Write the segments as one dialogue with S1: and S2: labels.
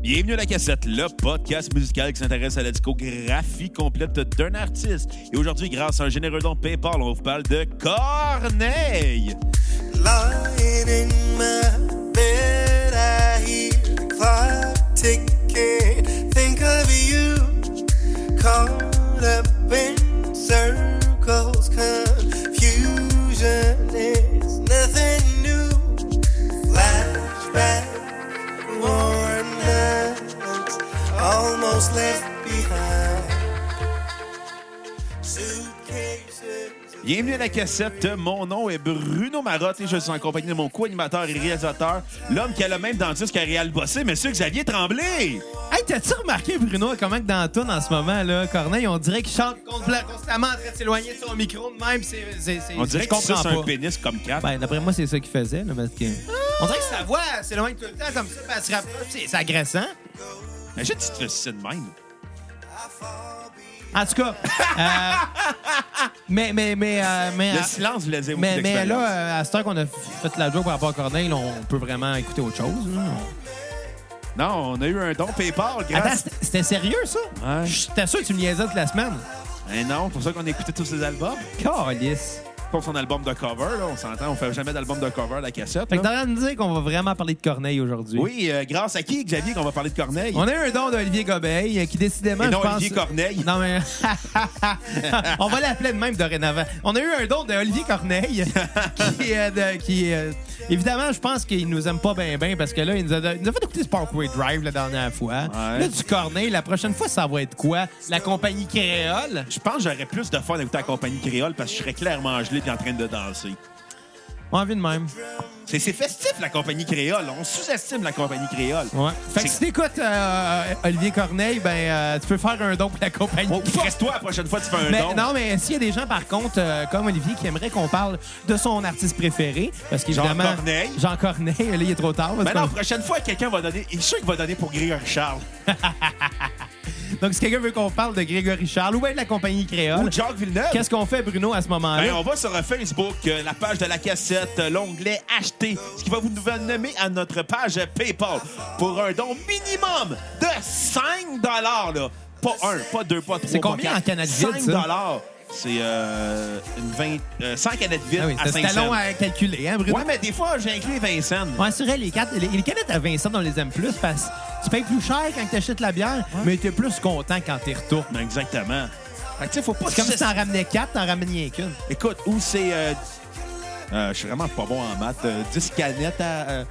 S1: Bienvenue à La Cassette, le podcast musical qui s'intéresse à la discographie complète d'un artiste. Et aujourd'hui, grâce à un généreux don PayPal, on vous parle de Corneille.
S2: Lying in my bed, I hear the clock ticking. Think of you, caught up in circles. Confusion is nothing new. Flashback, warm nights, almost left behind. Suitcases.
S1: Bienvenue à La Cassette, mon nom est Bruno Marotte et je suis en compagnie de mon co-animateur et réalisateur, l'homme qui a le même dentiste qu'à Réal Bossé, monsieur Xavier Tremblay.
S3: Hey, t'as-tu remarqué, Bruno, comment que dans la toune en ce moment, là, Corneille, on dirait qu'il chante compla- constamment en train de s'éloigner de son micro de même. C'est, c'est, c'est,
S1: On dirait
S3: je
S1: que
S3: comprends
S1: c'est
S3: pas.
S1: un pénis comme cap.
S3: Ben, d'après moi, c'est ça qu'il faisait, là, parce que... On dirait que sa voix elle s'éloigne tout le temps comme ça, puis elle se rapproche, c'est, c'est agressant.
S1: Imagine si tu te fais suicider de même.
S3: En tout cas, euh, mais, mais, mais, euh, mais,
S1: Le silence voulait dire beaucoup
S3: mais, mais
S1: d'expérience.
S3: là, euh, à cette heure qu'on a fait la joke par rapport à Corneille, là, on peut vraiment écouter autre chose. là.
S1: Non, on a eu un don PayPal
S3: euh, Attends,
S1: grâce.
S3: c'était- c'était sérieux, ça?
S1: Ouais.
S3: J'étais sûr que tu me niaisais toute la semaine.
S1: Ben non, c'est pour ça qu'on écoutait tous ces albums.
S3: Calice.
S1: Pour son album de cover, là, on s'entend, on fait jamais d'album de cover, la cassette.
S3: Fait que t'es
S1: là.
S3: en train de me dire qu'on va vraiment parler de Corneille aujourd'hui.
S1: Oui, euh, grâce à qui, Xavier, qu'on va parler de Corneille?
S3: On a eu un don d'Olivier Gobeil euh, qui décidément.
S1: Et non
S3: je pense...
S1: Olivier Corneille.
S3: Non, mais. On va l'appeler de même dorénavant. On a eu un don d'Olivier Corneille qui. euh, de- qui euh, Évidemment, je pense qu'il nous aime pas bien, bien parce que là, il nous a, don- il nous a fait écouter Sparkway Drive la dernière fois.
S1: Ouais.
S3: Là, du Corneille, la prochaine fois, ça va être quoi? La compagnie créole?
S1: Je pense que j'aurais plus de fun d'écouter la compagnie créole parce que je serais clairement gelé et en train de danser.
S3: On a vu de même.
S1: C'est c'est festif, la compagnie créole. On sous-estime la compagnie créole.
S3: Ouais. Fait que
S1: C'est-
S3: si t'écoutes euh, Olivier Corneille, ben, euh, tu peux faire un don pour la compagnie
S1: Oh, Reste-toi la prochaine fois, tu fais un
S3: Mais,
S1: don.
S3: non, mais s'il y a des gens, par contre, euh, comme Olivier, qui aimeraient qu'on parle de son artiste préféré, parce qu'évidemment...
S1: Jean Corneille.
S3: Jean Corneille, là, il est trop tard. parce
S1: Mais Ben non,
S3: qu'on-
S1: prochaine fois, quelqu'un va donner. Il est sûr qu'il va donner pour Grégory Charles.
S3: Donc, si quelqu'un veut qu'on parle de Grégory Charles ou bien de la compagnie créole,
S1: Ou Jacques Villeneuve.
S3: Ah, qu'est-ce qu'on fait, Bruno, à ce moment-là?
S1: Ben, on va sur euh, Facebook, euh, la page de la cassette, euh, l'onglet Acheter, ce qui va vous va nommer à notre page euh, PayPal pour un don minimum de 5 dollars Pas un, pas deux, pas trois.
S3: C'est combien
S1: pas quatre.
S3: en Canadien,
S1: 5
S3: ça?
S1: dollars. C'est euh, une 20, euh, 100 Canadiens
S3: Ah oui,
S1: à
S3: c'est-
S1: 5
S3: c'était long
S1: cents.
S3: à calculer, hein, Bruno?
S1: Ouais, mais des fois, j'inclus 20 cents.
S3: Ouais, c'est vrai, les, quatre, les, les canettes à 20 cents, on les aime plus parce que tu payes plus cher quand tu achètes la bière, mais tu es plus content quand tu retournes.
S1: Ben, exactement. Fait que, tu sais, faut pas
S3: C'est comme si
S1: ça.
S3: t'en ramenais quatre, t'en ramenais qu'une.
S1: Écoute, où c'est. euh, euh, je suis vraiment pas bon en maths. euh, 10 canettes à. euh,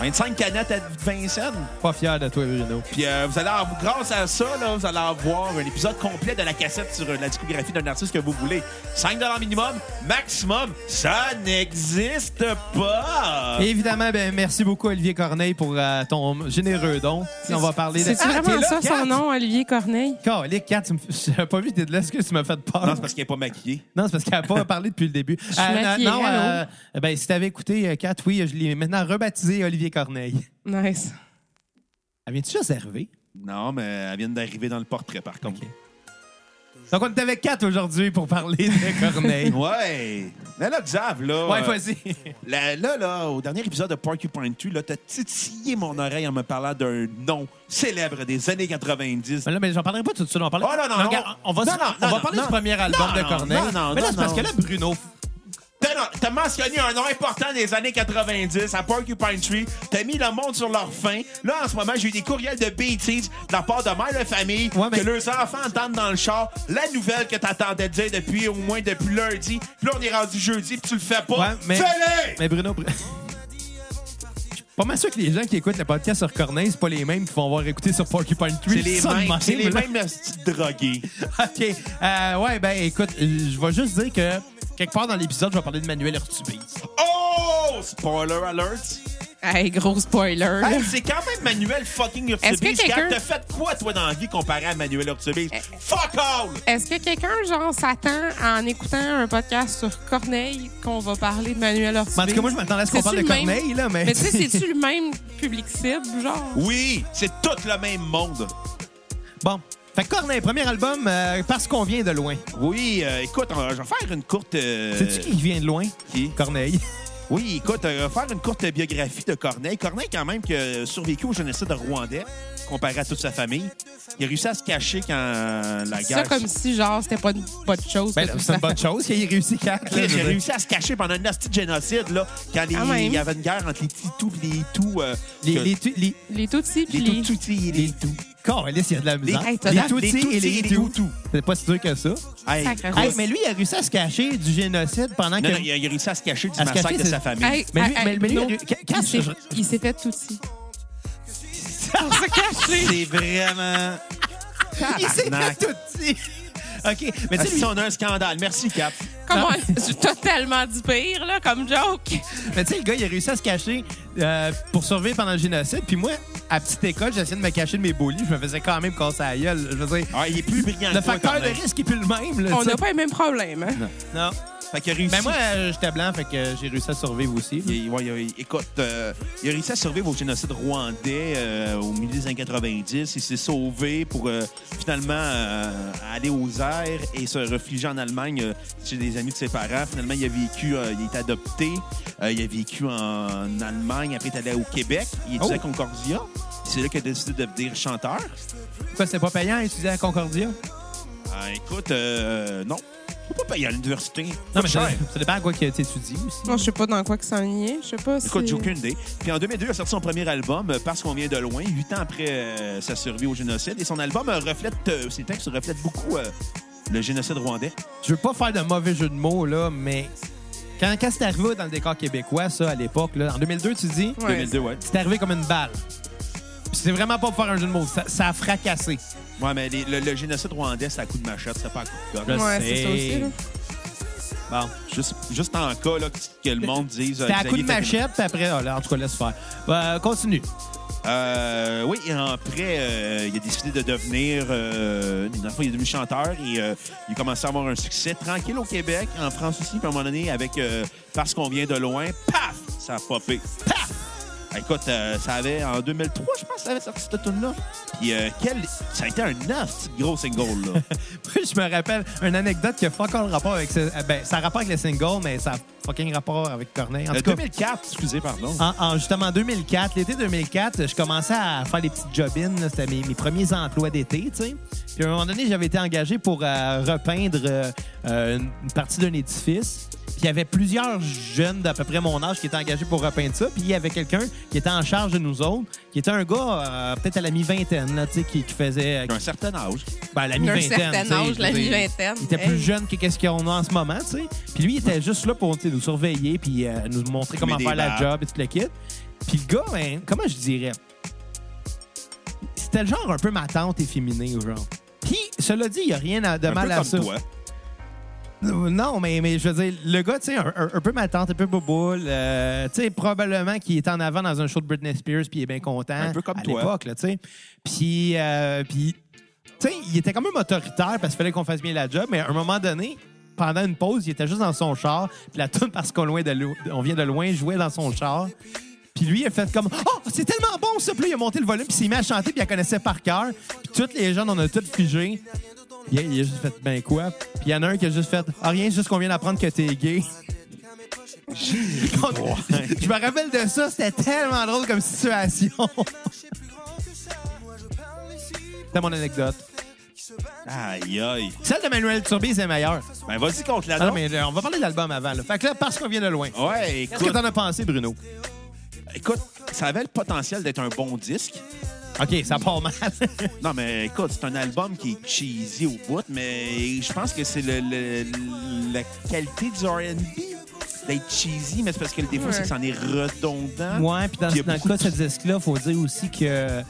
S1: 25 canettes à 20 cents.
S3: Pas fier de toi, Bruno.
S1: Puis euh, vous allez, avoir- grâce à ça, là, vous allez avoir un épisode complet de la cassette sur euh, la discographie d'un artiste que vous voulez. 5 minimum, maximum, ça n'existe pas.
S3: Et évidemment, ben, merci beaucoup, Olivier Corneille, pour euh, ton généreux don. Puis on va parler de...
S4: C'est
S3: Ah, t'es
S4: vraiment
S3: là,
S4: ça
S3: Kat?
S4: son nom, Olivier Corneille?
S3: Calique, Kat, tu me- j'avais pas vu que t'étais de là. Est-ce que tu m'as fait peur?
S1: Non, c'est parce qu'il n'est pas maquillé.
S3: Non, c'est parce qu'elle n'a pas parlé depuis le début.
S4: suis maquillée,
S3: non,
S4: allô?
S3: euh, ben, si t'avais écouté euh, Kat, oui, je l'ai maintenant rebaptisé Olivier Corneille.
S4: Nice.
S3: Elle vient-tu juste d'arriver?
S1: Non, mais elle vient d'arriver dans le portrait, par contre.
S3: Donc, on est avec Kat aujourd'hui pour parler de Corneille.
S1: Ouais. Mais là, Xav, là.
S3: ouais,
S1: euh,
S3: vas-y.
S1: là, là, là, au dernier épisode de Porcupine Tree, là, t'as titillé mon oreille en me parlant d'un nom célèbre des années 90.
S3: Mais là, mais j'en parlerai pas tout de suite. On, parle...
S1: Oh, non, non,
S3: regarde,
S1: non.
S3: on va,
S1: Non, non,
S3: on va
S1: non,
S3: parler
S1: non.
S3: du premier album
S1: Non,
S3: de
S1: non,
S3: Corneille.
S1: non, non,
S3: mais là,
S1: non,
S3: c'est parce
S1: non.
S3: que là, Bruno,
S1: T'as t'as mentionné un nom important des années 90 à Porcupine Tree. T'as mis le monde sur leur faim. Là, en ce moment, j'ai eu des courriels de bêtises de la part de mères de famille
S3: Ouais, mais-
S1: que leurs enfants entendent dans le char la nouvelle que t'attendais de dire depuis au moins depuis lundi. Puis là, on est rendu jeudi, puis tu le fais pas.
S3: Ouais, mais-
S1: Fais-le!
S3: Mais Bruno, Br- Je suis pas mal sûr que les gens qui écoutent le podcast sur Corneille, c'est pas les mêmes qui vont avoir écouté sur Porcupine
S1: C'est
S3: Tree.
S1: les
S3: Ça de
S1: mêmes, c'est les
S3: là.
S1: mêmes petits drogués.
S3: OK. Euh, ouais, ben écoute, euh, je vais juste dire que quelque part dans l'épisode, je vais parler de Manuel Urtubise.
S1: Oh! Spoiler alert!
S4: Hey, gros spoiler.
S1: Hey, c'est quand même Manuel fucking
S4: Est-ce que
S1: Urtubise. Kat,
S4: quelqu'un- Euh,
S1: T'as fait quoi, toi, dans la vie, comparé à Manuel Urtubise? Fuck all!
S4: Est-ce que quelqu'un, genre, s'attend en écoutant un podcast sur Corneille qu'on va parler de Manuel Ortiz?
S3: Mais en tout cas, moi, je m'attendais à ce qu'on parle de Corneille, là, mais.
S4: Mais tu sais, c'est-tu le même public cible, genre?
S1: Oui, c'est tout le même monde.
S3: Bon. Fait que Corneille, premier album, euh, parce qu'on vient de loin.
S1: Oui, euh, écoute, on- je vais faire une courte. euh,
S3: C'est-tu qui vient de loin?
S1: qui?
S3: Corneille.
S1: Oui, écoute, euh, faire une courte biographie de Corneille. Corneille, quand même, qui a survécu au génocide rwandais, comparé à toute sa famille. Il a réussi à se cacher quand euh, la
S4: C'est ça
S1: guerre...
S4: comme si, genre, c'était pas une bonne chose.
S3: Ben,
S4: que tout
S3: c'est
S4: ça.
S3: une bonne chose qu'il ait réussi quatre. là,
S1: Chris, il
S3: je
S1: a
S3: veux dire. Ah
S1: réussi à se cacher pendant une petite génocide, là, quand les-
S4: Quand même.
S1: il y avait une guerre entre les Titous et les Hitous. euh, que-
S3: Les, les, tu- les,
S4: Les Tutsis, puis
S1: les
S4: les...
S1: Tutsis et les Hitous.
S3: Calisse, il y a de la misère.
S4: Hey, t'as
S3: les
S4: la-
S3: Tutsis et les Hutus.
S1: Hutus.
S3: C'est pas si dur que ça.
S1: Hey,
S4: Sacré
S1: Chris,
S3: Hey, mais lui, il a réussi à se cacher du génocide pendant
S1: non,
S3: que.
S1: non, il a il a réussi à se cacher du
S3: À se
S1: massacre
S3: cacher,
S1: de
S3: c'est-
S1: sa famille.
S4: Hey,
S3: Mais lui-
S4: hey,
S3: mais- mais lui,
S4: non.
S3: il a- quand- quand-
S4: Il s'est-
S3: je-
S4: il s'est fait Tutsi. Pour se cacher.
S1: C'est vraiment...
S3: il s'est fait
S1: Tabarnak.
S3: tout petit. OK. Mais
S1: Ah,
S3: tu sais,
S1: si
S3: lui-
S1: on a un scandale. Merci, Cap.
S4: Comme
S3: Ah.
S4: on- c'est totalement du pire, là, comme joke.
S3: mais tu sais, le gars, il a réussi à se cacher euh, pour survivre pendant le génocide. Puis moi, à petite école, j'essayais de me cacher de mes bolis. Je me faisais quand même casser la gueule. Je veux dire,
S1: Ah, il est plus brillant
S3: le
S1: que toi,
S3: facteur de
S1: Corneille.
S3: risque est plus le même. Là,
S4: On
S3: tu sais.
S4: n'a pas les mêmes problèmes. hein.
S3: Non.
S1: Fait qu'il a réussi.
S3: Ben moi, euh, j'étais blanc, fait que euh, j'ai réussi à survivre aussi. là.
S1: Il- ouais, il a- écoute, euh, il a réussi à survivre au génocide rwandais euh, au milieu des années 90. Il s'est sauvé pour euh, finalement euh, aller aux airs et se réfugier en Allemagne euh, chez des amis de ses parents. Finalement, il a vécu, euh, il est adopté. Euh, il a vécu en Allemagne. Après, il est allé au Québec. Il étudiait à
S3: Oh.
S1: Concordia. C'est là qu'il a décidé de devenir chanteur.
S3: Pourquoi c'est pas payant à étudier à Concordia?
S1: Euh, écoute, euh, non. Faut pas payer à l'université.
S3: Non,
S1: Coûte
S3: mais ça,
S1: cher.
S3: ça dépend à quoi que tu étudies aussi.
S4: Moi, je sais pas dans quoi que ça en est. Je sais pas si...
S1: Écoute, j'ai aucune idée. Puis en 2002, il a sorti son premier album, euh, Parce qu'on vient de loin, huit ans après euh, sa survie au génocide. Et son album euh, reflète, euh, ses textes reflètent beaucoup euh, le génocide rwandais.
S3: Je veux pas faire de mauvais jeu de mots, là, mais quand, quand c'est arrivé dans le décor québécois, ça, à l'époque, là, en 2002, tu dis,
S4: Ouais.
S1: 2002, ouais.
S3: c'est arrivé comme une balle. Puis c'est vraiment pas pour faire un jeu de mots. Ça, ça a fracassé.
S1: Ouais, mais les- le, le génocide rwandais, c'est à coup de machette, c'est pas à coup de gun.
S3: Je
S4: Ouais, c'est ça
S3: C'est-
S4: aussi, là.
S3: Bon.
S1: Juste, juste en cas là, que, que le monde dise. euh,
S3: C'était à
S1: vous
S3: coup de
S1: aviez fait-
S3: machette, puis après, ah, là, en tout cas, laisse faire. Euh, continue.
S1: Euh, oui, et après, euh, il a décidé de devenir. Euh, dans le fond, il est devenu chanteur et euh, il a commencé à avoir un succès tranquille au Québec, en France aussi, puis à un moment donné, avec euh, Parce qu'on vient de loin, paf, ça a popé. Paf! Écoute, euh, ça avait en 2003, je pense, ça avait sorti cette tune-là. Puis euh, quel, ça a été un neuf gros single, là.
S3: Moi, je me rappelle une anecdote qui a fuck all rapport avec... ce- euh, Ben, ça a rapport avec les singles, mais ça a fucking rapport avec Corneille. En
S1: Euh,
S3: tout cas,
S1: 2004, excusez, pardon.
S3: En, en- justement, en 2004, l'été 2004, je commençais à faire des petites jobines. C'était mes, mes premiers emplois d'été, tu sais. Puis à un moment donné, j'avais été engagé pour euh, repeindre euh, euh, une- une partie d'un édifice. Puis il y avait plusieurs jeunes d'à peu près mon âge qui étaient engagés pour repeindre ça. Puis il y avait quelqu'un qui était en charge de nous autres, qui était un gars euh, peut-être à la mi-vingtaine, là, tu sais, qui, qui faisait...
S1: D'un certain âge.
S3: Ben, la
S4: D'un
S3: mi-vingtaine.
S4: certain
S3: tu sais,
S4: âge,
S3: je
S4: la
S3: veux dire,
S4: mi-vingtaine.
S3: Il était plus
S4: Hey.
S3: jeune que qu'est-ce qu'on a en ce moment, tu sais. Puis lui, il était juste là pour tu sais, nous surveiller puis euh, nous montrer comment
S1: des
S3: faire la
S1: barbes.
S3: job et tout le kit. Puis le gars, ben, comment je dirais? C'était le genre un peu ma tante efféminée, genre. Puis, cela dit, il n'y a rien à- de
S1: un
S3: mal
S1: peu
S3: à
S1: comme
S3: ça.
S1: toi.
S3: Euh, Non, mais, mais je veux dire, le gars, tu sais, un, un- un peu ma tante, un peu bouboule, euh, tu sais, probablement qu'il est en avant dans un show de Britney Spears, puis il est bien content.
S1: Un peu comme
S3: à
S1: toi.
S3: l'époque, là, tu sais. Puis, euh, puis, tu sais, il était quand même autoritaire parce qu'il fallait qu'on fasse bien la job, mais à un moment donné, pendant une pause, il était juste dans son char, puis la toune, parce qu'on loin de lo- on vient de loin, jouait dans son char. Puis lui, il a fait comme Oh, c'est tellement bon ça. Puis là, il a monté le volume, puis il s'est mis à chanter, puis il la connaissait par cœur. Puis toutes les jeunes, on a toutes figé. Il a, il a juste fait ben quoi? Puis il y en a un qui a juste fait Ah, rien, c'est juste qu'on vient d'apprendre que t'es gay. Contre- Je me rappelle de ça, c'était tellement drôle comme situation. C'était mon anecdote.
S1: Aïe, aïe.
S3: Celle de Manuel Turbis est meilleure.
S1: Ben, vas-y contre la
S3: Ah non, mais euh, on va parler de l'album avant. Là. Fait que là, parce qu'on vient de loin.
S1: Ouais,
S3: Qu'est-ce que
S1: écoute,
S3: t'en as pensé, Bruno?
S1: écoute, ça avait le potentiel d'être un bon disque.
S3: OK, ça part mal.
S1: Non, mais écoute, c'est un album qui est cheesy au bout, mais je pense que c'est le, le- la qualité du R&B d'être cheesy, mais c'est parce que le défaut,
S4: Ouais.
S1: c'est que c'en est redondant.
S3: Ouais, puis dans,
S1: Puis il y a
S3: dans le
S1: beaucoup
S3: cas
S1: de-
S3: de cette disque-là, faut dire aussi que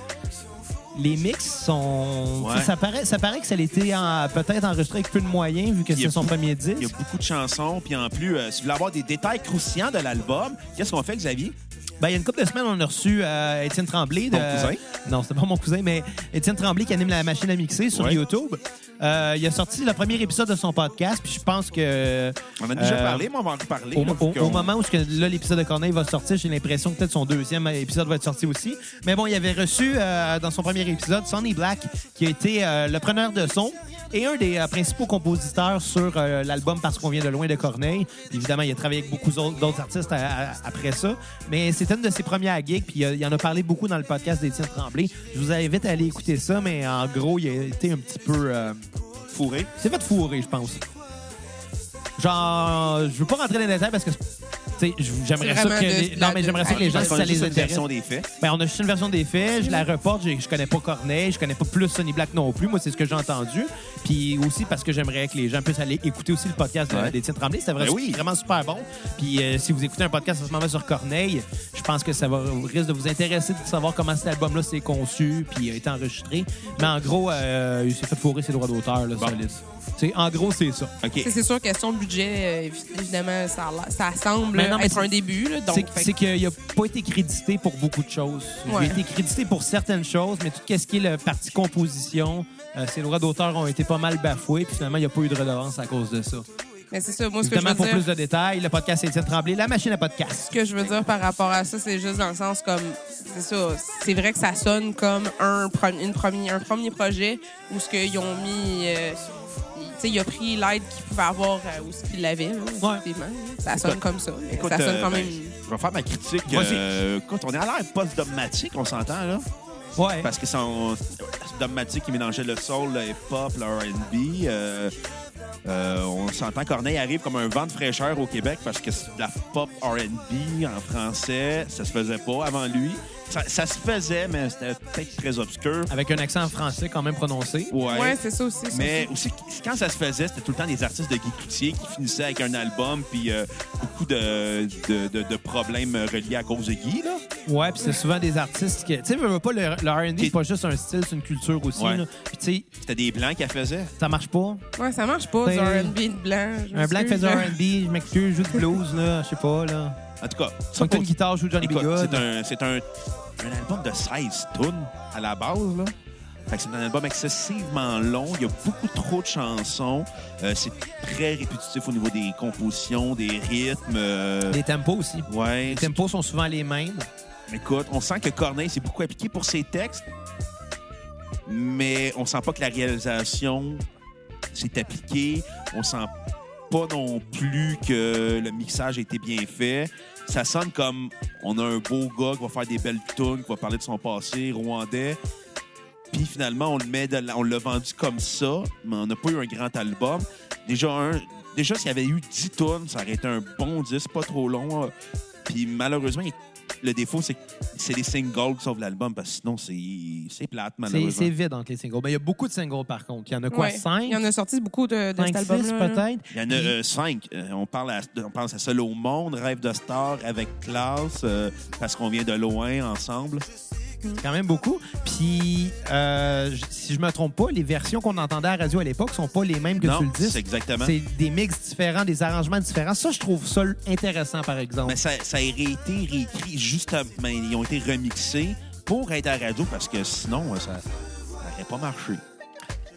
S3: les mix sont.
S1: Ouais.
S3: tu sais, Ça, paraît, ça paraît que ça a été en- peut-être enregistré avec peu de moyens, vu que
S1: Il y a
S3: c'est son
S1: beaucoup-
S3: premier disque.
S1: Il y a beaucoup de chansons, puis en plus, euh, si vous voulez avoir des détails croustillants de l'album, qu'est-ce qu'on fait, Xavier?
S3: Ben, il y a une couple de semaines, on a reçu euh, Étienne Tremblay. De...
S1: Ton cousin?
S3: Non, c'est pas mon cousin, mais Étienne Tremblay qui anime la machine à mixer sur
S1: Ouais.
S3: YouTube. Euh, il a sorti le premier épisode de son podcast, puis je pense que.
S1: On en a déjà
S3: euh,
S1: parlé, mais on va en reparler.
S3: Au,
S1: là,
S3: au-
S1: qu'on-
S3: au moment où ce que, là, l'épisode de Corneille va sortir, j'ai l'impression que peut-être son deuxième épisode va être sorti aussi. Mais bon, il avait reçu euh, dans son premier épisode Sonny Black, qui a été euh, le preneur de son, et un des euh, principaux compositeurs sur euh, l'album Parce qu'on vient de loin de Corneille. Évidemment, il a travaillé avec beaucoup d'autres d'autres artistes à- à- après ça, mais c'était une de ses premières gigs, puis euh, il en a parlé beaucoup dans le podcast d'Étienne Tremblay. Je vous invite à aller écouter ça, mais en gros, il a été un petit peu... euh,
S1: Fourré.
S3: c'est fait fourrer, je pense. Genre, je veux pas rentrer dans les détails parce que tu sais, je- j'aimerais
S4: C'est
S3: ça
S4: vraiment
S3: que
S4: de-
S3: les,
S4: de la-
S3: non mais j'aimerais ça que les gens
S1: Parce
S3: si
S1: qu'on
S3: ça
S1: a juste
S3: les
S1: une
S3: intéresse.
S1: version des faits.
S3: Ben, on a juste une version des faits, je la reporte, je, je connais pas Corneille, je connais pas plus Sonny Black non plus, moi c'est ce que j'ai entendu. Puis aussi parce que j'aimerais que les gens puissent aller écouter aussi le podcast de-
S1: Ouais.
S3: d'Étienne Tremblay, c'est vrai,
S1: Ben oui.
S3: vraiment super bon. Puis euh, si vous écoutez un podcast en ce moment sur Corneille, je pense que ça va risque de vous intéresser de savoir comment cet album-là s'est conçu puis a été enregistré. Mais en gros, euh, il s'est fait fourrer ses droits d'auteur, là,
S1: Bon.
S3: solide. Tu sais, en gros, c'est ça.
S1: OK.
S4: C'est- C'est sûr, question de budget, euh, évi- évidemment, ça, a l'air- ça semble
S3: Mais non, mais
S4: être
S3: c'est-
S4: un début. là, donc,
S3: C'est
S4: fait
S3: c'est qu'il n'a pas été crédité pour beaucoup de choses. Il a
S4: Ouais.
S3: été crédité pour certaines choses, mais tout ce qui est le parti composition, euh, ses droits d'auteur ont été pas mal bafoués, puis finalement, il n'y a pas eu de redevance à cause de ça.
S4: Mais c'est ça, moi, ce que je
S3: Évidemment,
S4: veux
S3: pour
S4: dire.
S3: plus de détails, le podcast Étienne Tremblay, la machine à podcast.
S4: Ce que je veux dire par rapport à ça, c'est juste dans le sens comme, c'est ça, c'est vrai que ça sonne comme un, pre- une premier, un premier projet où ce qu'ils ont mis, euh, tu sais, il a pris l'aide qu'il pouvait avoir euh, ou ce qu'il avait, là,
S3: Ouais.
S4: effectivement. Ça sonne comme ça. mais
S1: Écoute,
S4: ça sonne quand
S1: euh,
S4: même.
S1: ben, je vais faire ma critique.
S3: Vas-y.
S1: euh, écoute, on est à l'ère post-dogmatique, on s'entend, là.
S3: Ouais.
S1: Parce que c'est en- dogmatique qui mélangeait le soul, le hip-hop, le R&B. euh, euh, on s'entend Corneille arrive comme un vent de fraîcheur au Québec parce que c'est de la pop R&B en français, ça se faisait pas avant lui. Ça, ça se faisait, mais c'était peut-être très obscur.
S3: Avec un accent français quand même prononcé.
S1: Ouais.
S4: ouais, c'est ça aussi. ça
S1: mais
S4: aussi.
S1: aussi, quand ça se faisait, c'était tout le temps des artistes de Guy Coutier qui finissaient avec un album, puis euh, beaucoup de, de- de- de problèmes reliés à cause de Guy, là.
S3: Ouais, puis c'est souvent des artistes qui. Tu sais, veux veux pas, le, le R&B,
S1: Et-
S3: c'est pas juste un style, c'est une culture aussi.
S1: Ouais.
S3: là. Puis tu sais,
S1: C'était des blancs qu'elle faisait.
S3: ça marche pas.
S4: Ouais, ça marche pas, du
S3: Ben,
S4: R&B de blanc. je
S3: Un blanc qui fait
S4: m'excuse, hein.
S3: du
S4: là.
S3: R&B, je m'excuse, joue du blues, là, je sais pas, là.
S1: En tout cas, ça
S3: Soit que t'as
S1: pour-
S3: une guitare, joue Johnny B.
S1: Écoute,
S3: Good.
S1: c'est un, c'est un, un album de 16 tunes à la base, là. Fait que c'est un album excessivement long. Il y a beaucoup trop de chansons. Euh, c'est très répétitif au niveau des compositions, des rythmes. euh,
S3: Des tempos aussi.
S1: Ouais.
S3: Les tempos sont souvent les mêmes.
S1: Écoute, on sent que Corneille s'est beaucoup appliqué pour ses textes, mais on sent pas que la réalisation s'est appliquée. On sent pas non plus que le mixage a été bien fait. Ça sonne comme on a un beau gars qui va faire des belles tunes, qui va parler de son passé rwandais. Puis finalement, on le met de la- on l'a vendu comme ça, mais on n'a pas eu un grand album. Déjà, un, déjà s'il y avait eu 10 tonnes, ça aurait été un bon 10, pas trop long. hein. Puis malheureusement, il- le défaut, c'est que c'est les singles qui sauvent l'album, parce que sinon, c'est c'est plate,
S3: C'est c'est
S1: malheureusement.
S3: vide entre les singles. Mais il y a beaucoup de singles, par contre. Il y en a quoi,
S4: Ouais.
S3: cinq?
S4: Il y en a sorti beaucoup de, de
S3: Cinq,
S4: cet
S3: six,
S4: album-là. là.
S3: peut-être?
S1: Il y en a euh, cinq. Euh, on, parle à, on pense à Seul au monde, Rêve de star, avec classe, euh, parce qu'on vient de loin ensemble.
S4: Mm.
S3: Quand même beaucoup. Puis, euh, j- si je me trompe pas, les versions qu'on entendait à la radio à l'époque sont pas les mêmes que
S1: non,
S3: sur le
S1: c'est
S3: disque.
S1: exactement.
S3: C'est des mix différents, des arrangements différents. Ça, je trouve ça intéressant, par exemple.
S1: Mais ça, ça a été réécrit juste à- mais ils ont été remixés pour être à la radio parce que sinon, euh, ça n'aurait pas marché.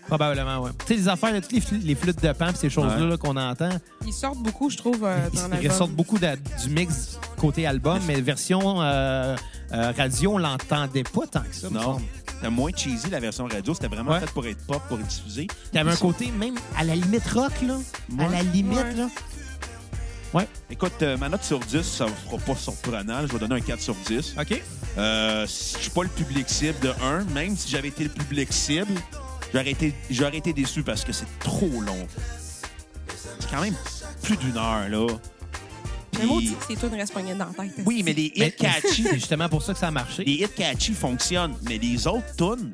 S3: Probablement, ouais. Tu sais, les affaires, là, toutes les, fl- les flûtes de pan pis ces choses-là
S1: Ouais.
S3: là, qu'on entend,
S4: Ils sortent beaucoup, je trouve, euh, dans
S3: ils
S4: l'album.
S3: ressortent beaucoup de- du mix côté album, mais version euh, euh, radio, on l'entendait pas tant que ça. me
S1: Non.
S3: semble.
S1: C'était moins cheesy, la version radio. C'était vraiment
S3: Ouais.
S1: faite pour être pop, pour être diffusé.
S3: Il y avait un côté même à la limite rock, là.
S1: Ouais.
S3: À la limite,
S4: Ouais.
S3: là.
S1: Écoute, euh, ma note sur 10, ça ne sera pas surprenant. Je vais donner un 4 sur 10.
S3: OK.
S1: Euh, je suis pas le public cible de 1. Même si j'avais été le public cible, j'aurais été, j'aurais été déçu parce que c'est trop long. C'est quand même plus d'une heure, là.
S4: Mais moi,
S1: Puis-
S4: c'est tout une respognette dans la tête. hein.
S1: oui, mais les hits catchy,
S3: C'est justement pour ça que ça a marché.
S1: les hits catchy fonctionnent, mais les autres tunes,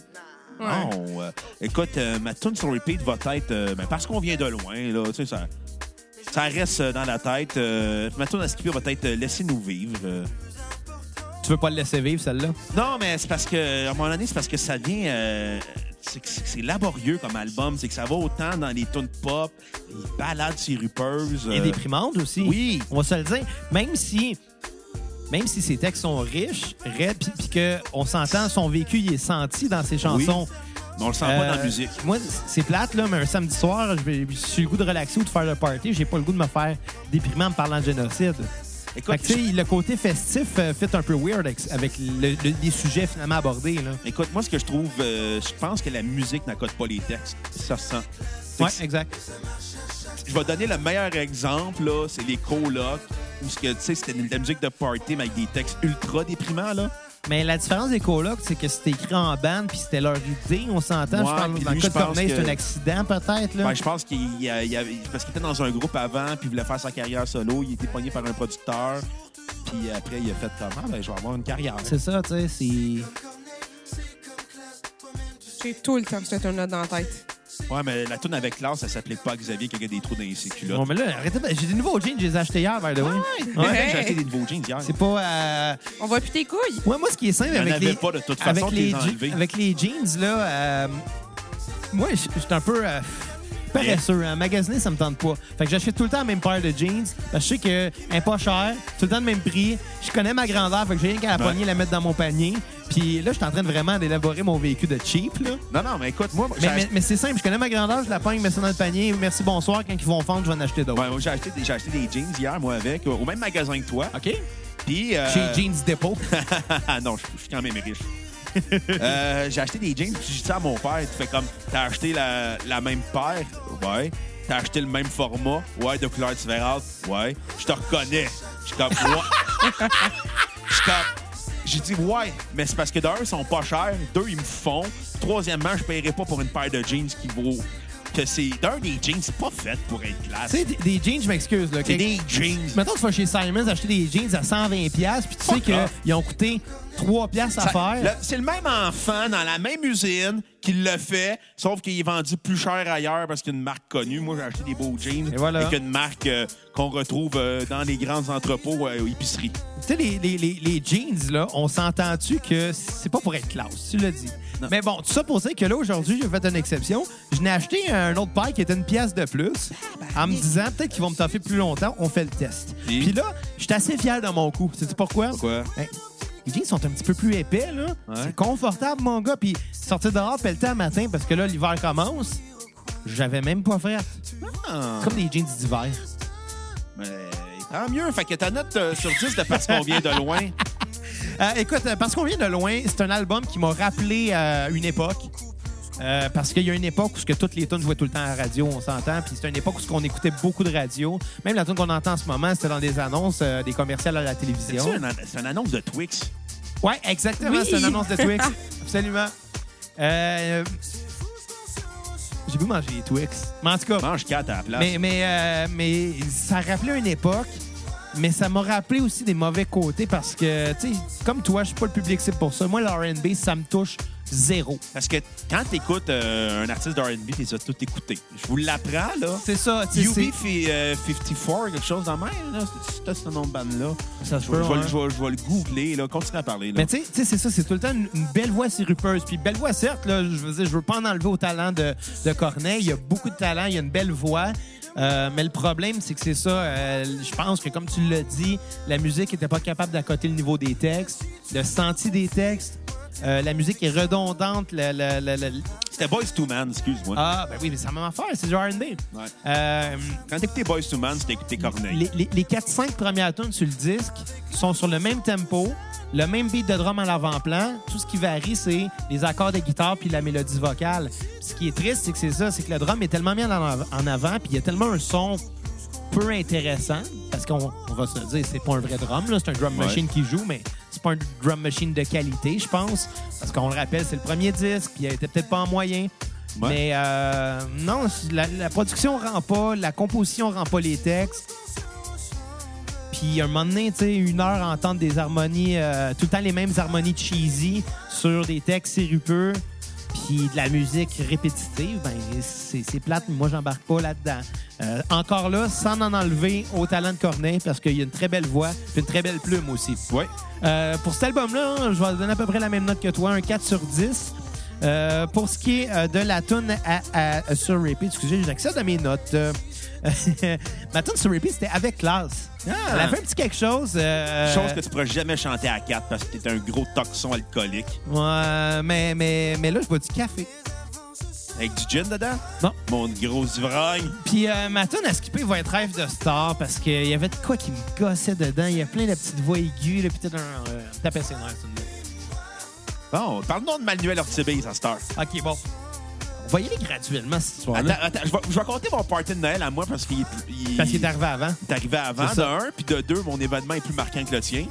S4: Ouais.
S3: Oh.
S1: non. Euh, écoute, euh, ma tune sur repeat va être... euh, ben, parce qu'on vient de loin, là, tu sais, ça... Ça reste euh, dans la tête. Euh, ma tune à skipper va être euh, Laissez-nous vivre. euh.
S3: Tu veux pas le laisser vivre, celle-là?
S1: Non, mais c'est parce que, à un moment donné, c'est parce que ça vient. euh, c'est que- c'est que c'est laborieux comme album. C'est que ça va autant dans les tunes pop, les ballades sirupeuses.
S3: Et
S1: euh,
S3: déprimante aussi.
S1: Oui.
S3: On va se le dire. Même si. Même si ses textes sont riches, raides, puis- puis que on s'entend, son vécu, il est senti dans ses chansons.
S1: Mais on le sent
S3: Euh,
S1: pas dans la musique.
S3: Moi, c'est plate, là, mais un samedi soir, je vais- je suis le goût de relaxer ou de faire le party. J'ai pas le goût de me faire déprimer en me parlant de génocide.
S1: Écoute,
S3: Fait que, tu sais, le côté festif euh, fit un peu weird avec, avec le- le- les sujets finalement abordés. Là.
S1: Écoute, moi, ce que je trouve, euh, je pense que la musique n'accorde pas les textes. Ça se sent. C'est
S3: Ouais,
S1: que
S3: exact.
S1: je vais donner le meilleur exemple, là, c'est les colocs, où ce que, tu sais, c'était de la musique de party, mais avec des textes ultra déprimants, là.
S3: Mais la différence des colocs, c'est que c'était écrit en bande puis c'était leur idée, on s'entend.
S1: Ouais,
S3: je parle
S1: puis
S3: dans le
S1: lui,
S3: cas
S1: je
S3: de
S1: pense
S3: Corneille,
S1: que-
S3: c'est un accident peut-être. là.
S1: Ben, je pense qu'il y a- il y avait- parce qu'il était dans un groupe avant, puis il voulait faire sa carrière solo. Il était pogné par un producteur. Puis après, il a fait comment? Ben, je vais avoir une carrière.
S3: C'est ça, tu sais, c'est.
S4: J'ai tout le temps cette tune-là dans la tête.
S1: Ouais, mais la tune avec classe, ça s'appelait pas Xavier qui a des trous dans ses culottes.
S3: Bon, mais là, arrêtez. pas- J'ai des nouveaux jeans, je les ai achetés hier, by the way.
S1: Mais
S3: Ouais.
S1: mec, J'ai acheté des nouveaux jeans hier.
S3: C'est pas. euh,
S4: On voit plus tes couilles.
S3: Ouais, moi, ce qui est simple
S1: Il y en
S3: avec
S1: avait
S3: les...
S1: pas de toute façon,
S3: avec
S1: t'es
S3: les,
S1: enlevé.
S3: je- avec les jeans, là, euh, moi, je je suis un peu euh, paresseux. hein. Magasiner, ça me tente pas. Fait que j'achète tout le temps la même paire de jeans parce que je sais qu'elle est pas chère, tout le temps le même prix. Je connais ma grandeur, fait que j'ai rien qu'à la
S1: Ouais.
S3: poignée la mettre dans mon panier. Puis là, je suis en train de vraiment d'élaborer mon véhicule de cheap, là.
S1: Non, non, mais écoute, moi, j'ai
S3: Mais, mais-
S1: acheté-
S3: mais c'est simple, je connais ma grandeur, je la pogne, je mets ça dans le panier. Merci, bonsoir. Quand ils vont fondre, je vais en acheter d'autres.
S1: ouais, moi, j'ai acheté, des- j'ai acheté des jeans hier, moi, avec, au même magasin que toi.
S3: OK?
S1: Puis. euh,
S3: Chez Jeans Depot.
S1: Ah non, je je suis quand même riche. Euh, j'ai acheté des jeans, puis j'ai dit ça à mon père. Tu fais comme, t'as acheté la, la même paire? Ouais. T'as acheté le même format? Ouais, de couleur différente? Ouais. Je te reconnais. Je suis comme, ouais. Je suis comme, j'ai dit, ouais, mais c'est parce que d'un, ils sont pas chers. Deux, ils me font. Troisièmement, je paierai pas pour une paire de jeans qui vaut. Que c'est. D'un, des jeans, c'est pas fait pour être classe.
S3: tu sais, des, des jeans, je m'excuse. là.
S1: C'est
S3: Quand-
S1: des jeans.
S3: Mettons que tu vas chez Simons acheter des jeans à 120$, puis tu sais
S1: Fuck off.
S3: qu'ils ont coûté 3$ piastres à
S1: Ça-
S3: faire.
S1: le- C'est le même enfant dans la même usine qui le fait, sauf qu'il est vendu plus cher ailleurs parce qu'il y a une marque connue. Moi, j'ai acheté des beaux jeans
S3: Et voilà.
S1: avec une marque euh, qu'on retrouve euh, dans les grands entrepôts euh, épiceries.
S3: Tu sais, les, les- les- les jeans, là, on s'entend-tu que c'est pas pour être classe, tu l'as dit.
S1: Non.
S3: Mais bon, tout ça pour dire que là, aujourd'hui, j'ai fait une exception. Je n'ai acheté un autre paire qui était une pièce de plus en me disant peut-être qu'ils vont me taffer plus longtemps. On fait le test.
S1: Et?
S3: Puis là, j'étais assez fier de mon coup. Sais-tu pourquoi?
S1: Pourquoi?
S3: Ben, les jeans sont un petit peu plus épais, là.
S1: Ouais.
S3: C'est confortable, mon gars. Puis sortir dehors, pelleter le matin, parce que là, l'hiver commence, j'avais même pas fait.
S1: Ah,
S3: Comme des jeans d'hiver.
S1: mais tant mieux. Fait que ta note euh, sur 10 de parce qu'on vient de loin.
S3: Euh, écoute, euh, parce qu'on vient de loin, c'est un album qui m'a rappelé euh, une époque. Euh, parce qu'il y a une époque où ce que toutes les tunes jouaient tout le temps à la radio, on s'entend. Puis c'est une époque où ce qu'on écoutait beaucoup de radio. Même la tune qu'on entend en ce moment, c'était dans des annonces, euh, des commerciales à la
S1: C'est
S3: télévision.
S1: une an- c'est une annonce de Twix.
S3: Ouais, exactement.
S4: Oui.
S3: C'est une annonce de Twix. Absolument. Euh, J'ai voulu manger des Twix. Mais en tout cas,
S1: Mange 4 à la place.
S3: mais, mais, euh, mais ça rappelait une époque, mais ça m'a rappelé aussi des mauvais côtés parce que, tu sais, comme toi, je suis pas le public cible pour ça. Moi, le R&B, ça me touche zéro.
S1: Parce que quand t'écoutes euh, un artiste de R&B, t'es as tout écouté. Je vous l'apprends, là.
S3: C'est ça, tu sais. c'est-
S1: UB54, euh, quelque chose dans le même, là. C'est- C'est ce nom de bande-là.
S3: Ça se
S1: Je vais-
S3: peut,
S1: je vais-
S3: hein.
S1: je vais- je vais le googler, là. Continue à parler, là.
S3: Mais tu sais- tu sais, c'est ça, c'est tout le temps une, une belle voix sirupeuse. Puis belle voix, certes, là, je veux dire, je veux pas en enlever au talent de, de Corneille. Il y a beaucoup de talent, il y a une belle voix. Euh, mais le problème, c'est que c'est ça. euh, je pense que, comme tu l'as dit, la musique était pas capable d'accoter le niveau des textes, le senti des textes. Euh, la musique est redondante. la- la- la- la-
S1: C'était Boys to Man, excuse-moi.
S3: Ah, ben oui, mais c'est la même affaire, c'est du R&B.
S1: Ouais.
S3: Euh,
S1: Quand t'écoutais Boys to Man, c'était écouter Corneille.
S3: les, les, les 4-5 premières tunes sur le disque sont sur le même tempo, le même beat de drum à l'avant-plan. Tout ce qui varie, c'est les accords de guitare puis la mélodie vocale. Ce qui est triste, c'est que c'est ça, c'est que le drum est tellement mis en av- en avant puis il y a tellement un son peu intéressant parce qu'on on va se le dire, c'est pas un vrai drum, là, c'est un drum
S1: Ouais.
S3: machine qui joue, mais c'est pas un drum machine de qualité, je pense, parce qu'on le rappelle, c'est le premier disque, puis il était peut-être pas en moyen.
S1: Ouais.
S3: Mais euh, non, la, la production rend pas, la composition rend pas les textes. Puis à un moment donné, tu sais, une heure à entendre des harmonies, euh, tout le temps les mêmes harmonies cheesy sur des textes sirupeux, puis de la musique répétitive, ben c'est c'est plate, mais moi j'embarque pas là-dedans. Euh, encore là, sans en enlever au talent de Corneille, parce qu'il y a une très belle voix, puis une très belle plume aussi.
S1: Ouais.
S3: Euh, pour cet album-là, hein, je vais donner à peu près la même note que toi, un 4 sur 10. Euh, pour ce qui est euh, de la tune à, à- euh, sur repeat, excusez, j'ai accès à mes notes. Euh, ma tune sur repeat, c'était avec classe.
S1: Ah!
S3: Elle a fait un petit quelque chose. euh,
S1: Chose que tu pourrais jamais chanter à 4 parce que t'es un gros toxon alcoolique.
S3: Ouais, mais, mais, mais là, je bois du café.
S1: Avec du gin dedans?
S3: Non.
S1: Mon gros ivrogne.
S3: Puis euh, ma tune à skipper va être Rêve de Star parce qu'il y avait de quoi qui me gossait dedans. Il y a plein de petites voix aiguës. Là, puis tout, euh, euh, tapez ses nerfs, tout
S1: Bon, parlons de Manuel Ortibé, ça star.
S3: OK, bon. On va y aller graduellement cette
S1: Attends,
S3: soirée-là.
S1: attends, je vais, je vais raconter mon party de Noël à moi parce qu'il est plus- il-
S3: Parce qu'il est arrivé avant.
S1: il est arrivé avant,
S3: C'est
S1: de
S3: ça.
S1: un, puis de deux, mon événement est plus marquant que le tien.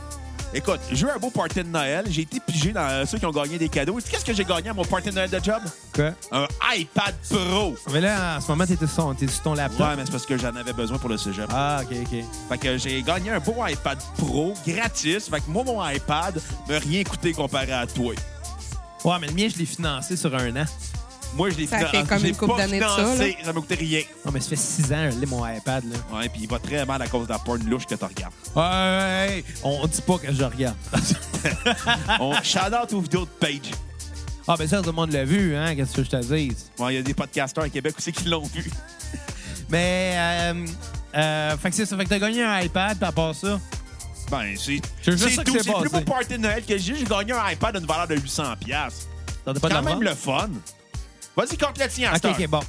S1: Écoute, j'ai eu un beau party de Noël. J'ai été pigé dans euh, ceux qui ont gagné des cadeaux. Tu sais Qu'est-ce que j'ai gagné à mon party de Noël de job?
S3: Quoi?
S1: Un iPad Pro.
S3: Mais là, en ce moment, t'es sur, t'es sur ton laptop.
S1: Ouais, mais c'est parce que j'en avais besoin pour le cégep.
S3: Ah, OK, OK.
S1: Fait que j'ai gagné un beau iPad Pro gratis. Fait que moi, mon iPad m'a rien coûté comparé à toi.
S3: Ouais, mais le mien, je l'ai financé sur un an.
S1: Moi, je l'ai
S4: Ça
S1: finan-
S4: fait comme
S1: je l'ai
S4: une couple
S1: pas
S4: d'années de ça,
S1: financé. Ça m'a coûté rien.
S3: Non, mais ça fait six ans, je l'ai, mon iPad, là.
S1: Ouais, puis il va très mal à cause de la porn louche que tu regardes.
S3: Hey, on on dit pas que je regarde.
S1: On shout-out aux vidéos de Paige.
S3: ah, ben ça, tout le monde l'a vu, hein, qu'est-ce que je te dis?
S1: Bon, il y a des podcasteurs à Québec aussi qui l'ont vu.
S3: Mais, euh, euh, fait que c'est ça, fait que t'as gagné un iPad, puis à part ça.
S1: Ben, c'est
S3: C'est juste
S1: c'est
S3: ça que
S1: tout.
S3: c'est
S1: C'est le plus
S3: passé.
S1: beau party de Noël que j'ai. eu. J'ai gagné un iPad d'une valeur de 800$. piastres.
S3: T'en as
S1: C'est
S3: pas
S1: quand
S3: d'argent?
S1: même le fun. Vas-y, compte le tien, à
S3: OK,
S1: cette
S3: OK,
S1: heure.
S3: bon.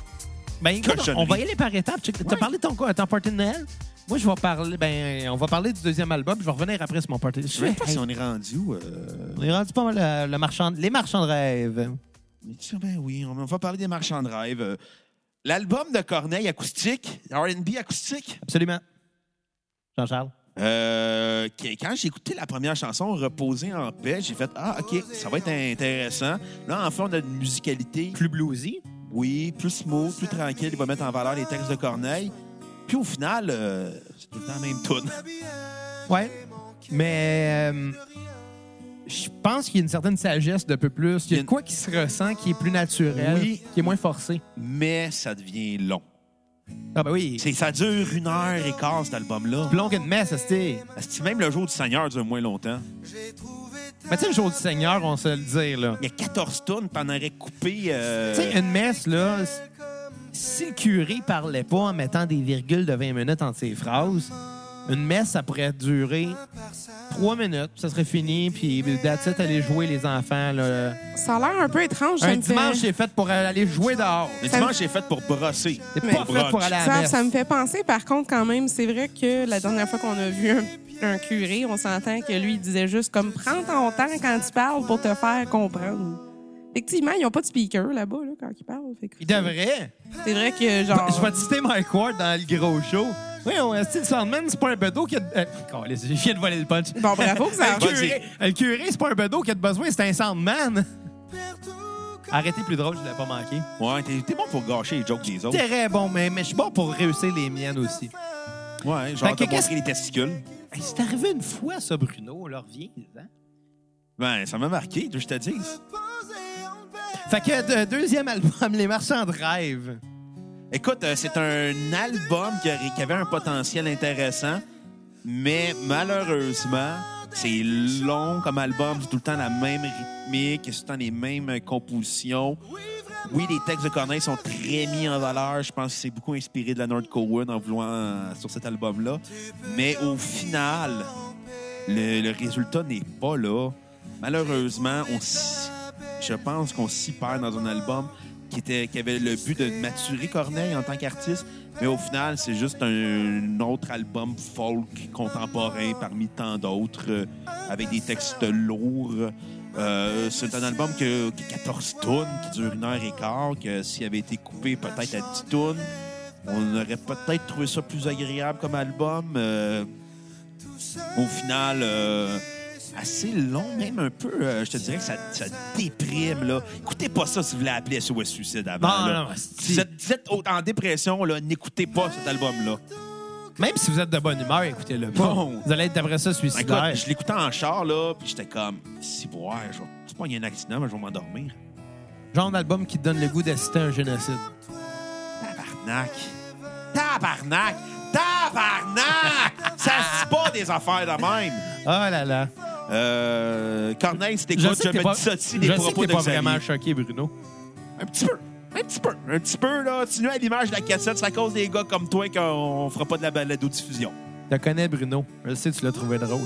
S3: Ben, écoute,
S1: Cochonnerie.
S3: on va y aller par étapes. Check, T'as
S1: Ouais.
S3: parlé de ton, quoi, ton party de Noël? Moi, je vais parler, ben, on va parler du deuxième album. Je vais revenir après sur mon party.
S1: Je sais pas si on est rendu où. euh,
S3: on est rendu pas mal le, le marchand, les marchands de rêve.
S1: Mais tu sais, ben oui, on va parler des marchands de rêve. Euh, L'album de Corneille acoustique, R&B acoustique.
S3: Absolument. Jean-Charles.
S1: Euh, que- quand j'ai écouté la première chanson, Reposer en paix, j'ai fait Ah, OK, ça va être intéressant. Là, enfin, on a une musicalité.
S3: Plus bluesy.
S1: Oui, plus smooth, plus tranquille. Il va mettre en valeur les textes de Corneille. Puis au final, euh, c'est tout le temps la même tune.
S3: Ouais. Mais euh, je pense qu'il y a une certaine sagesse d'un peu plus. Il y a de quoi qui se ressent, qui est plus naturel,
S1: Oui.
S3: qui est moins forcé.
S1: Mais ça devient long.
S3: Ah ben oui.
S1: C'est- Ça dure une heure et quart, cet album-là.
S3: plus long qu'une messe, c'était.
S1: Asti, Même le jour du Seigneur dure moins longtemps.
S3: Mais tu sais, le jour du Seigneur, on se le dire, là.
S1: Il y a 14 tunes, t'en aurais coupé. euh,
S3: Tu sais, une messe, là, c- si le curé parlait pas en mettant des virgules de 20 minutes entre ses phrases, une messe, ça pourrait durer 3 minutes, puis ça serait fini, puis that's it, aller jouer les enfants, là.
S4: Ça a l'air un peu étrange. ça
S3: Un
S4: me fait-
S3: dimanche, c'est fait pour aller jouer dehors.
S1: Le
S4: Ça me-
S1: dimanche, c'est fait pour brosser.
S3: C'est
S4: Mais-
S3: pas fait pour aller à la
S4: Ça,
S3: messe.
S4: ça me fait penser, par contre, quand même, c'est vrai que la dernière fois qu'on a vu un, un curé, on s'entend que lui, il disait juste comme prends ton temps quand tu parles pour te faire comprendre. Effectivement, ils n'ont pas de speaker là-bas là, quand ils parlent. Fait que-
S3: Il devrait.
S4: C'est vrai que
S3: Je vais
S4: genre.
S3: te citer Mike Ward dans le gros show. Oui, on est le Sandman, c'est pas un bedeau qui a. euh, câlisse, j'ai fini de voler le punch.
S4: Bon, bravo, ça
S3: le, curé, le curé, c'est pas un bedeau qui a de besoin, c'est un Sandman. Arrêtez plus drôle, je l'ai pas manqué.
S1: Ouais, t'es t'es bon pour gâcher les jokes des autres.
S3: Très bon, mais, mais je suis bon pour réussir les miennes aussi.
S1: Ouais, genre
S3: Fait que
S1: t'as
S3: qu'est-ce-
S1: montré les testicules.
S3: Hey, c'est arrivé une fois, ça, Bruno, leur revient. hein?
S1: Ben, ça m'a marqué, je te dis.
S3: Fait que de- deuxième album, Les Marchands de rêve.
S1: Écoute, euh, c'est un album qui, aurait- qui avait un potentiel intéressant, mais malheureusement, c'est long comme album. C'est tout le temps la même rythmique, c'est tout le temps les mêmes euh, compositions. Oui, les textes de Corneille sont très mis en valeur. Je pense que c'est beaucoup inspiré de la Nord Cowan en voulant euh, sur cet album-là. Mais au final, le, le résultat n'est pas là. Malheureusement, on s- je pense qu'on s'y perd dans un album qui, était, qui avait le but de maturer Corneille en tant qu'artiste, mais au final, c'est juste un, autre album folk contemporain parmi tant d'autres, euh, avec des textes lourds. Euh, c'est un album qui a qui a 14 tonnes, qui dure une heure et quart, que s'il avait été coupé peut-être à 10 tonnes, on aurait peut-être trouvé ça plus agréable comme album. Euh, au final, euh, assez long, même un peu. euh, je te dirais que ça, ça déprime. Là. Écoutez pas ça si vous voulez appeler SOS Suicide avant.
S3: Non,
S1: Ah, là.
S3: non, c'est-
S1: vous êtes, vous êtes au- en dépression, là, n'écoutez pas cet album-là.
S3: Même si vous êtes de bonne humeur, écoutez-le pas.
S1: Bon.
S3: Vous allez être après ça
S1: Écoute,
S3: suicidaire.
S1: je l'écoutais en char, là, puis j'étais comme, si boire, je vais c'est pas qu'il y a un accident, mais je vais m'endormir.
S3: Genre d'album qui te donne le goût d'assister à un génocide.
S1: Tabarnak. Tabarnak. Tabarnak! ça se dit pas des affaires de même.
S3: Ah là là.
S1: Euh, Corneille, si t'écoutes, je,
S3: t'es
S1: me
S3: pas,
S1: dissocie
S3: je
S1: des
S3: sais que
S1: propos
S3: t'es
S1: de
S3: pas
S1: Xavier.
S3: vraiment choqué, Bruno.
S1: Un petit peu. Un petit peu. Un petit peu, là. Tu nous à l'image de la cassette, c'est à cause des gars comme toi qu'on fera pas de la balado-diffusion.
S3: Je te connais, Bruno. Je le sais, tu l'as trouvé drôle.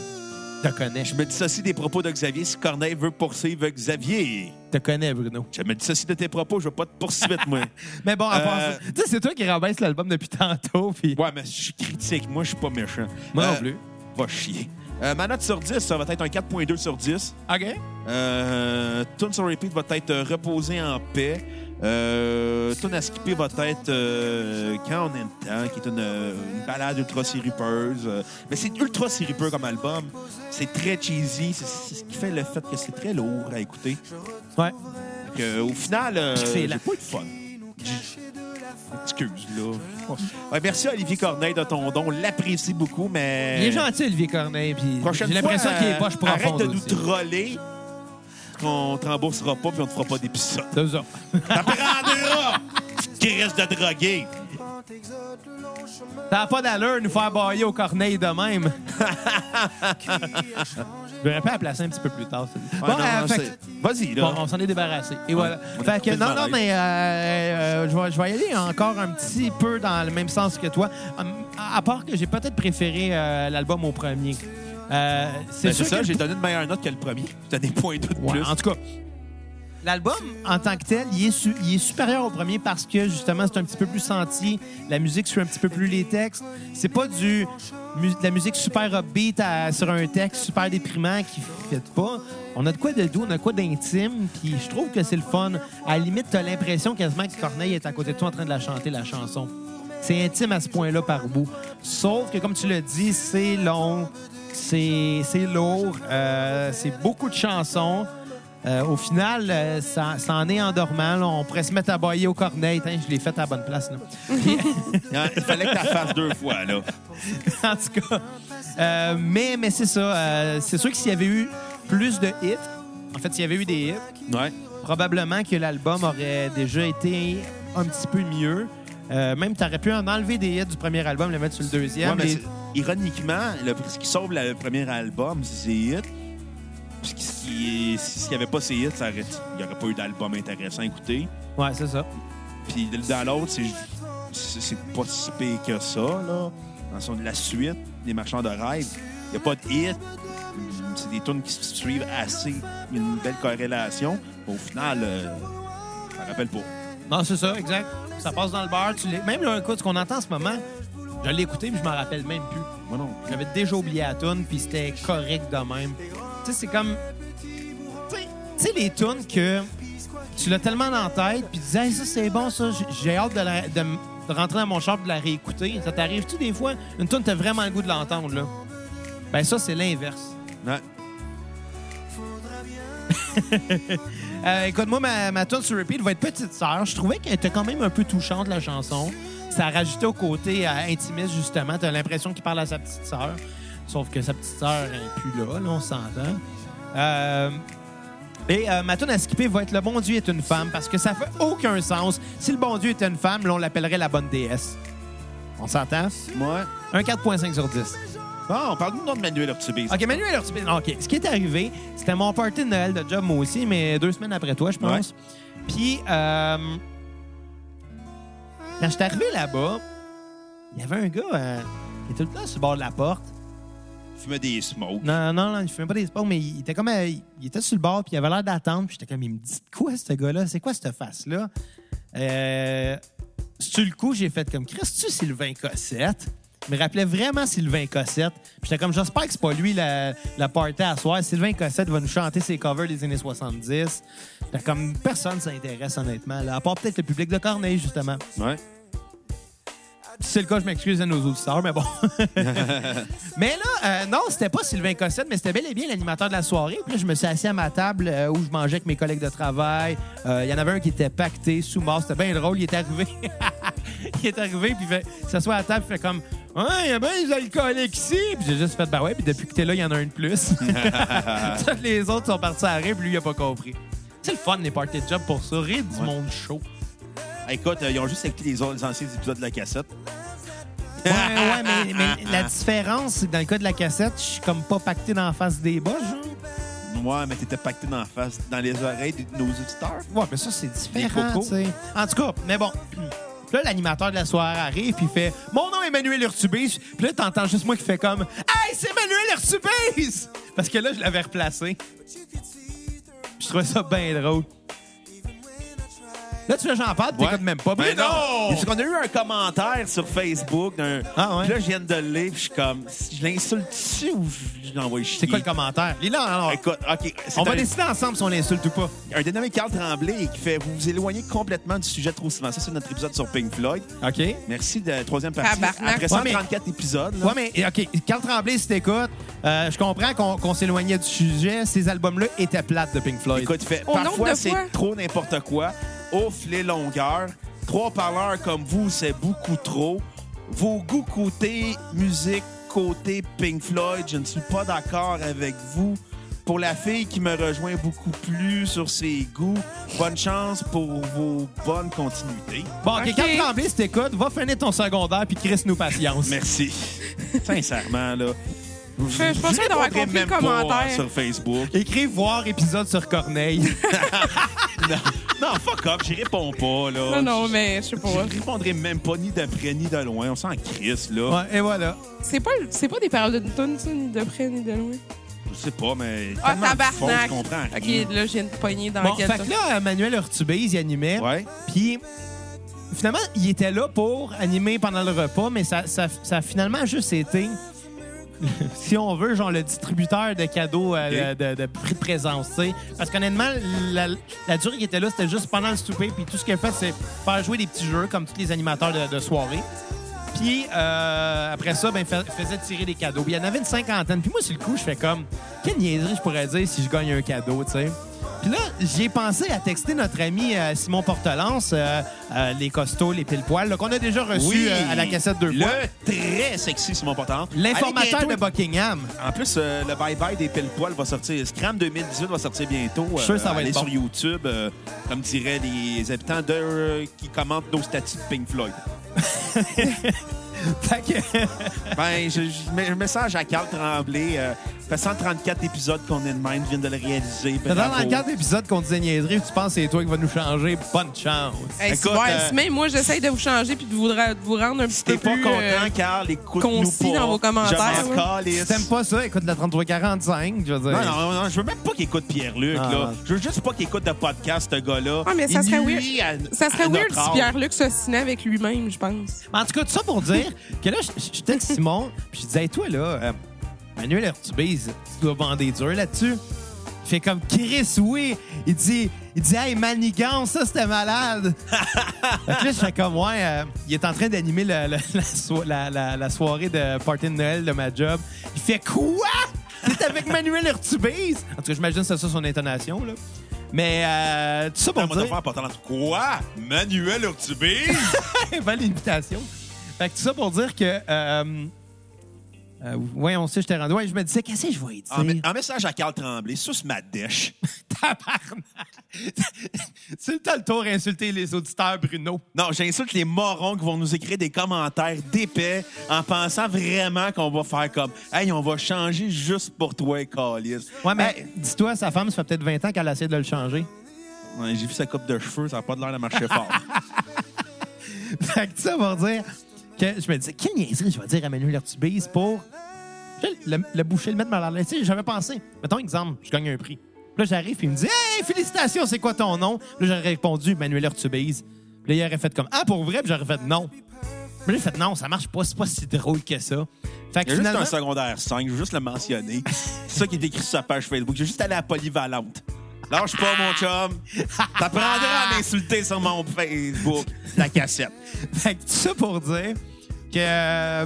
S3: Je te connais.
S1: Je me dissocie des propos de Xavier si Corneille veut poursuivre Xavier.
S3: te connais, Bruno.
S1: Je me dissocie de tes propos, je veux pas te poursuivre, moi.
S3: Mais bon, à part
S1: Euh,
S3: ça, tu sais, c'est toi qui rabaisse l'album depuis tantôt. Puis...
S1: Ouais, mais je suis critique. Moi, je suis pas méchant.
S3: Moi non
S1: Euh,
S3: plus.
S1: Va chier. Euh, ma note sur 10, ça va être un 4.2 sur 10.
S3: OK.
S1: Euh, Tune sur repeat va être euh, reposé en paix. Euh, Tune à skipper va être euh, Quand on aime le temps, qui est une, euh, une balade ultra sirupeuse. Euh, mais c'est ultra sirupeux comme album. C'est très cheesy. C'est c'est ce qui fait le fait que c'est très lourd à écouter.
S3: Ouais.
S1: Fait que, euh, au final, euh,
S3: Puis c'est
S1: j'ai
S3: la-
S1: pas eu de fun. J'ai- Excuse, là. Ouais, merci à Olivier Corneille de ton don. L'apprécie beaucoup, mais...
S3: Il est gentil, Olivier Corneille. Puis
S1: Prochaine
S3: j'ai l'impression
S1: fois,
S3: qu'il est
S1: euh,
S3: poche pour en
S1: Arrête
S3: fondre
S1: de nous
S3: aussi.
S1: troller. On te remboursera pas puis on te fera pas d'épisode.
S3: C'est ça.
S1: T'apprendras! Qui reste de droguer.
S3: Ça n'a pas d'allure de nous faire bailler au Corneille de même. Je vais pas la placer un petit peu plus tard. celle-là.
S1: Ouais,
S3: Bon,
S1: non,
S3: euh,
S1: non,
S3: fait que-
S1: c'est- Vas-y, là. Ben,
S3: Bon, on s'en est débarrassé. Et voilà.
S1: on a
S3: Fait que,
S1: coupé le
S3: non, non,
S1: malaise.
S3: mais euh, euh, je vais- je vais y aller encore un petit peu dans le même sens que toi. Hum, À, à part que j'ai peut-être préféré euh, l'album au premier. Euh,
S1: Ben,
S3: c'est
S1: C'est
S3: sûr
S1: ça,
S3: que-
S1: j'ai donné une meilleure note que le premier. J'ai donné point deux de
S3: Ouais,
S1: plus.
S3: en tout cas, l'album, en tant que tel, il est, su- il est supérieur au premier parce que, justement, c'est un petit peu plus senti. La musique suit un petit peu plus les textes. C'est pas du, mu- de la musique super upbeat à- sur un texte super déprimant qui fait pas. On a de quoi de doux, on a de quoi d'intime, puis je trouve que c'est le fun. À la limite, t'as l'impression quasiment que Corneille est à côté de toi en train de la chanter, la chanson. C'est intime à ce point-là par bout. Sauf que, comme tu l'as dit, c'est long, c'est c'est lourd, euh, c'est beaucoup de chansons. Euh, au final, euh, ça, ça en est endormant. là. On pourrait se mettre à bailler au corneille. Hein, je l'ai fait à la bonne place. Là.
S1: Il fallait que tu fasses deux fois, là.
S3: en tout cas. Euh, mais mais c'est ça. euh, c'est sûr que s'il y avait eu plus de hits, en fait, s'il y avait eu des hits,
S1: Ouais.
S3: probablement que l'album aurait déjà été un petit peu mieux. Euh, même, tu aurais pu en enlever des hits du premier album, le mettre sur le deuxième.
S1: Ouais, mais
S3: les-
S1: c'est- ironiquement, le, ce qui sauve la- le premier album, c'est ses hits. Puis ce qui- ce qui- S'il n'y avait pas ses hits, ça aurait- il n'y aurait pas eu d'album intéressant à écouter.
S3: ouais c'est ça.
S1: Puis dans l'autre, c'est- c'est c'est pas si pire que ça, là. Dans son, la suite, Les Marchands de rêve, il n'y a pas de hit. Hum, C'est des tunes qui se suivent assez. Il y a une belle corrélation. Au final, euh, ça rappelle pas.
S3: Non, c'est ça, exact. Ça passe dans le bar. Tu l'es- même là, écoute, ce qu'on entend en ce moment, je l'ai écouté puis je m'en rappelle même plus.
S1: Moi non.
S3: J'avais déjà oublié la tune puis c'était correct de même. Tu sais, c'est comme. Tu sais- tu sais, les tunes que tu l'as tellement dans la tête puis tu dis, Hey, ça c'est bon, ça, j- j'ai hâte de, la- de m- de rentrer dans mon char et de la réécouter. Ça t'arrive-tu des fois? Une tune, t'as vraiment le goût de l'entendre, là. Ben, ça, c'est l'inverse.
S1: Non.
S3: Euh, écoute, moi, ma, ma tune sur repeat va être Petite Sœur. Je trouvais qu'elle était quand même un peu touchante, la chanson. Ça rajoutait au côté euh, intimiste, justement. T'as l'impression qu'il parle à sa petite sœur. Sauf que sa petite sœur n'est plus là, là, on s'entend. Euh, et euh, ma tune à skipper va être Le bon Dieu est une femme, parce que ça fait aucun sens. Si le bon Dieu était une femme, là, on l'appellerait la bonne déesse. On s'entend?
S1: Moi.
S3: Un 4.5 sur 10.
S1: Bon, parle-nous donc de Manuel Ortubis.
S3: OK, Manuel Ortubis. OK, ce qui est arrivé, c'était mon party de Noël de job, moi aussi, mais deux semaines après toi, je pense. Puis, euh, quand je suis arrivé là-bas, il y avait un gars euh, qui était tout le temps sur le bord de la porte.
S1: Fumait des smokes.
S3: Non, non, non, il fumait pas des sports, mais il était comme. euh, il était sur le bord, puis il avait l'air d'attendre. Puis j'étais comme, il me dit de quoi, ce gars-là? C'est quoi cette face-là? Euh. Sur le coup, j'ai fait comme, Christ, tu Sylvain Cossette? Il me rappelait vraiment Sylvain Cossette. Puis j'étais comme, j'espère que c'est pas lui la, la party à soir. Sylvain Cossette va nous chanter ses covers des années 70. J'étais comme, personne s'intéresse, honnêtement, là, à part peut-être le public de Corneille, justement.
S1: Ouais.
S3: Si c'est le cas, je m'excuse à nos auditeurs, mais bon. mais là, euh, non, c'était pas Sylvain Cossette, mais c'était bel et bien l'animateur de la soirée. Puis là, je me suis assis à ma table euh, où je mangeais avec mes collègues de travail. Euh, Il y en avait un qui était pacté, sous mort. C'était bien drôle. Il est arrivé. il est arrivé, puis il fait- il s'assoit à la table, il fait comme. Ouais, il y a bien des alcooliques ici. Puis j'ai juste fait, bah ouais, puis depuis que t'es là, il y en a un de plus. Tous les autres sont partis à rire, puis lui, il a pas compris. C'est le fun, les parties de job pour ça. Rire du
S1: Ouais.
S3: monde chaud.
S1: Hey, écoute, euh, ils ont juste écouté les, autres- les anciens épisodes de la cassette.
S3: Ouais, ouais, mais, mais la différence, c'est que dans le cas de la cassette, je suis comme pas pacté dans la face des boches.
S1: Ouais, mais t'étais pacté dans la face, dans les oreilles de nos auditeurs.
S3: Ouais, mais ça, c'est différent,
S1: cocos.
S3: tu sais. En tout cas, mais bon. Puis Là, l'animateur de la soirée arrive puis il fait Mon nom est Manuel Urtubis. Puis là, t'entends juste moi qui fait comme Hey, c'est Manuel Urtubis! Parce que là, je l'avais replacé. Puis Je trouvais ça bien drôle. Là, tu fais Jean-Paul,
S1: Ouais.
S3: t'écoutes même pas.
S1: Mais
S3: Bruno!
S1: non! Parce qu'on a eu un commentaire sur Facebook d'un.
S3: Ah ouais?
S1: Puis là, je viens de le lire, puis je suis comme. Je l'insulte-tu ou je- je l'envoie chier?
S3: C'est quoi le commentaire? Il est là, alors.
S1: Écoute, OK. c'est
S3: On va
S1: un-
S3: décider ensemble si on l'insulte ou pas.
S1: un dénommé Carl Tremblay qui fait Vous vous éloignez complètement du sujet trop souvent. Ça, c'est notre épisode sur Pink Floyd.
S3: OK? Ouais,
S1: Merci de la troisième partie.
S4: Tabarnak.
S1: Après
S3: Ouais, mais-
S1: 134 épisodes. là.
S3: mais OK. Carl Tremblay, si t'écoutes, euh, je comprends qu'on qu'on s'éloignait du sujet. Ces albums-là étaient plates de Pink Floyd.
S1: Ah, Écoute, il fait,
S4: Au nombre
S1: parfois,
S4: de
S1: c'est
S4: fois.
S1: trop n'importe quoi. Ouf, les longueurs. Trois parleurs comme vous, c'est beaucoup trop. Vos goûts côté musique, côté Pink Floyd, je ne suis pas d'accord avec vous. Pour la fille qui me rejoint beaucoup plus sur ses goûts, bonne chance pour vos bonnes continuités.
S3: bon, OK.
S4: OK.
S3: Carl Tremblay, si t'écoutes, va finir ton secondaire puis Chris nous patience.
S1: Merci. Sincèrement, là.
S4: Je, je pense
S1: Je
S4: que d'avoir
S1: répondrai
S4: compris le
S1: même pas, hein,
S4: commentaire.
S1: sur Facebook.
S3: Écris voir épisode sur Corneille.
S1: non, non, fuck up, j'y réponds pas, là.
S4: Non, non, mais je sais
S1: Je
S4: pas.
S1: répondrai même pas ni de près ni de loin. On s'en crisse, là.
S3: Ouais, et voilà.
S4: C'est pas, c'est pas des paroles de Newton, ça, ni de près, ni de loin.
S1: Je sais pas, mais.
S4: Ah,
S1: tellement faux,
S4: tabarnak!
S1: Je comprends.
S4: Ok,
S1: rien.
S4: là, je viens de pogner dans
S3: Bon,
S4: quel
S3: fait que là, Manuel Urtubise, il animait.
S1: Ouais.
S3: Puis, finalement, il était là pour animer pendant le repas, mais ça, ça- ça a finalement juste été, si on veut, genre le distributeur de cadeaux euh,
S1: Ok.
S3: de, de prix de présence, tu sais. Parce qu'honnêtement, la, la durée qu'il était là, c'était juste pendant le souper, puis tout ce qu'il a fait, c'est faire jouer des petits jeux, comme tous les animateurs de, de soirée. Puis euh, après ça, ben, fa- faisait tirer des cadeaux. Puis il y en avait une cinquantaine. Puis moi, sur le coup, je fais comme, quelle niaiserie je pourrais dire si je gagne un cadeau, tu sais. Puis là, j'ai pensé à texter notre ami euh, Simon Portelance, euh, euh, les costauds, les pile-poils, là, qu'on a déjà reçu euh, à la cassette deux
S1: Le
S3: fois.
S1: très sexy Simon Portant.
S3: L'informateur
S1: Allez,
S3: de
S1: bientôt-
S3: Buckingham.
S1: En plus, euh, le Bye Bye des Pelle-Poil va sortir. Scram 2018 va sortir bientôt.
S3: suis sûr que ça va
S1: allez
S3: être bon.
S1: sur YouTube, euh, comme diraient les habitants de, euh, qui commentent nos statuts de Pink Floyd.
S3: Fait que-
S1: Ben, je, je mets un message à Carl Tremblay. Euh, ça fait 134 épisodes qu'on est de même. Je viens de le réaliser.
S3: dans
S1: Bravo.
S3: le cadre d'épisode qu'on disait niaiserie, tu penses que c'est toi qui vas nous changer. Bonne chance.
S4: Hey,
S1: Écoute,
S4: si- ouais,
S1: euh,
S4: si même moi, j'essaye de vous changer puis de vous, de vous rendre un petit
S1: Si t'es
S4: peu
S1: pas
S4: plus...
S1: content,
S4: euh,
S1: Carl, écoute-nous
S4: concis
S1: pas.
S4: dans vos commentaires,
S1: Je
S4: ouais.
S1: m'en calisse.
S3: Si t'aimes pas ça, écoute la 3345, je veux dire.
S1: Non, non, non, je veux même pas qu'il écoute Pierre-Luc,
S3: Ah,
S1: là.
S3: ouais.
S1: Je veux juste pas qu'il écoute de podcast, ce gars-là.
S4: Ah, mais ça
S1: Il
S4: serait
S1: nuit
S4: weird.
S1: à-
S4: Ça
S1: à
S4: serait
S1: notre
S4: weird si
S1: art.
S4: Pierre-Luc s'ostinait avec lui-même, je pense.
S3: En tout cas, tout ça pour dire que là, je- je- j'étais avec Simon, puis je disais, Hey, toi, là, euh, Manuel Urtubise, tu dois bander dur là-dessus. Il fait comme Chris, oui. Il dit, il dit, hey, manigance, ça, c'était malade. fait que là, je fais comme, ouais, euh, il est en train d'animer le- le- la, so- la- la- la soirée de party de Noël de ma job. Il fait quoi? T'es avec Manuel Urtubise? En tout cas, j'imagine que c'est ça son intonation, là. Mais euh, tout ça
S1: On
S3: pour
S1: Ah, va te
S3: dire...
S1: faire porter l'entre- Quoi? Manuel Urtubé?
S3: avant l'imitation. Fait que tout ça pour dire que. Euh, euh, ouais, on sait, je t'ai rendu. Ouais, je me disais, qu'est-ce que je vais dire?
S1: en, me- en message à Carl Tremblay, suce ma dèche.
S3: Tabarnak! C'est le temps le tour d'insulter les auditeurs, Bruno.
S1: Non, j'insulte les morons qui vont nous écrire des commentaires d'épais en pensant vraiment qu'on va faire comme Hey, on va changer juste pour toi, Calis.
S3: Ouais, mais Ben, dis-toi, sa femme, ça fait peut-être 20 ans qu'elle essaie de le changer.
S1: Ouais, J'ai vu sa coupe de cheveux, ça n'a pas de l'air de marcher fort.
S3: Fait que tout ça pour dire que je me disais, quelle niaiserie je vais dire à Manuel Artubise pour tu sais, le, le boucher, le mettre mal à l'aise. Tu sais, J'avais pensé, mettons exemple, je gagne un prix. Puis Là, j'arrive, puis il me dit, Hey, félicitations, c'est quoi ton nom? Puis Là, j'aurais répondu, Manuel Artubise. Puis là, il aurait fait comme, Ah, pour vrai, puis j'aurais fait non. Puis là, j'ai fait non, ça marche pas, c'est pas si drôle que ça. Fait
S1: Il
S3: que
S1: y a juste
S3: finalement,
S1: un secondaire 5, je veux juste le mentionner. C'est ça qui est écrit sur sa page Facebook. J'ai juste allé à la polyvalente. Lâche pas, mon chum. T'apprendras à m'insulter sur mon Facebook. La cassette.
S3: Fait que tout ça pour dire que. euh,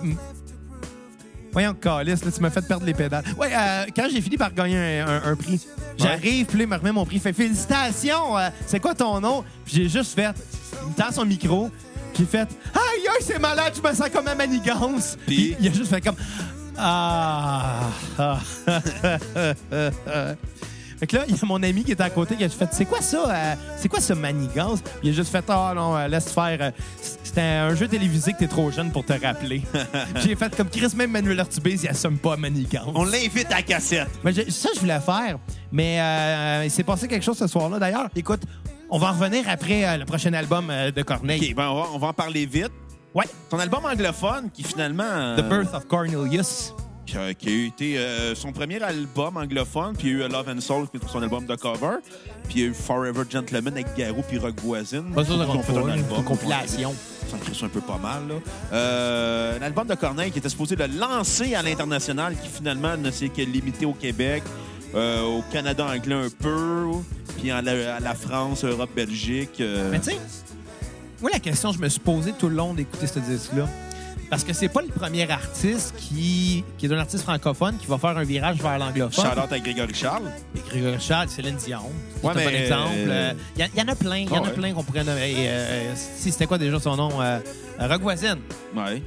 S3: Voyons, Calis, là, tu m'as fait perdre les pédales. Ouais, euh, quand j'ai fini par gagner un, un- un prix, j'arrive, puis là, il me remet mon prix. Fait félicitations, euh, c'est quoi ton nom? Puis j'ai juste fait, il me tend son micro, puis il fait Aïe, aïe, c'est malade, je me sens comme un manigance.
S1: Puis-
S3: Puis il a juste fait comme Ah. ah, Fait que là, il y a mon ami qui était à côté qui a fait C'est quoi ça euh, C'est quoi ce manigance Puis Il a juste fait Ah non, euh, laisse faire. euh, c- C'était un jeu télévisé que t'es trop jeune pour te rappeler. Puis J'ai fait comme Chris, même Manuel Artubis, il assomme pas à manigance.
S1: On l'invite à la cassette.
S3: Mais j'ai- ça, je voulais faire, mais euh, il s'est passé quelque chose ce soir-là. D'ailleurs, écoute, on va en revenir après euh, le prochain album euh, de Corneille.
S1: OK, ben on, va, on va en parler vite.
S3: Ouais,
S1: Ton album anglophone qui finalement.
S3: The
S1: euh,
S3: Birth of Cornelius.
S1: qui a, qui a été euh, son premier album anglophone, puis il y a eu Love and Soul, qui est son album de cover, puis il y a eu Forever Gentleman avec Garou puis Rock Voisine.
S3: Pas sûr de
S1: Ils ont fait un
S3: compter.
S1: album.
S3: Une compilation.
S1: Ça crée un peu pas mal. Là. Euh, L'album de Corneille qui était supposé le lancer à l'international, qui finalement ne s'est que limité au Québec, euh, au Canada anglais un peu, puis en la- à la France, Europe, Belgique. euh.
S3: Mais tu sais, moi, la question que je me suis posée tout le long d'écouter ce disque-là, parce que c'est pas le premier artiste qui, qui est un artiste francophone qui va faire un virage vers l'anglophone.
S1: Shout-out à Grégory Charles.
S3: Grégory Charles, Céline Dion, c'est
S1: Ouais,
S3: un bon
S1: mais- euh,
S3: exemple. Il y, en a plein, il y en
S1: Ah
S3: a
S1: ouais.
S3: plein qu'on pourrait nommer. Et, euh, si c'était quoi déjà son nom? Euh, Rock Voisine.
S1: Ouais,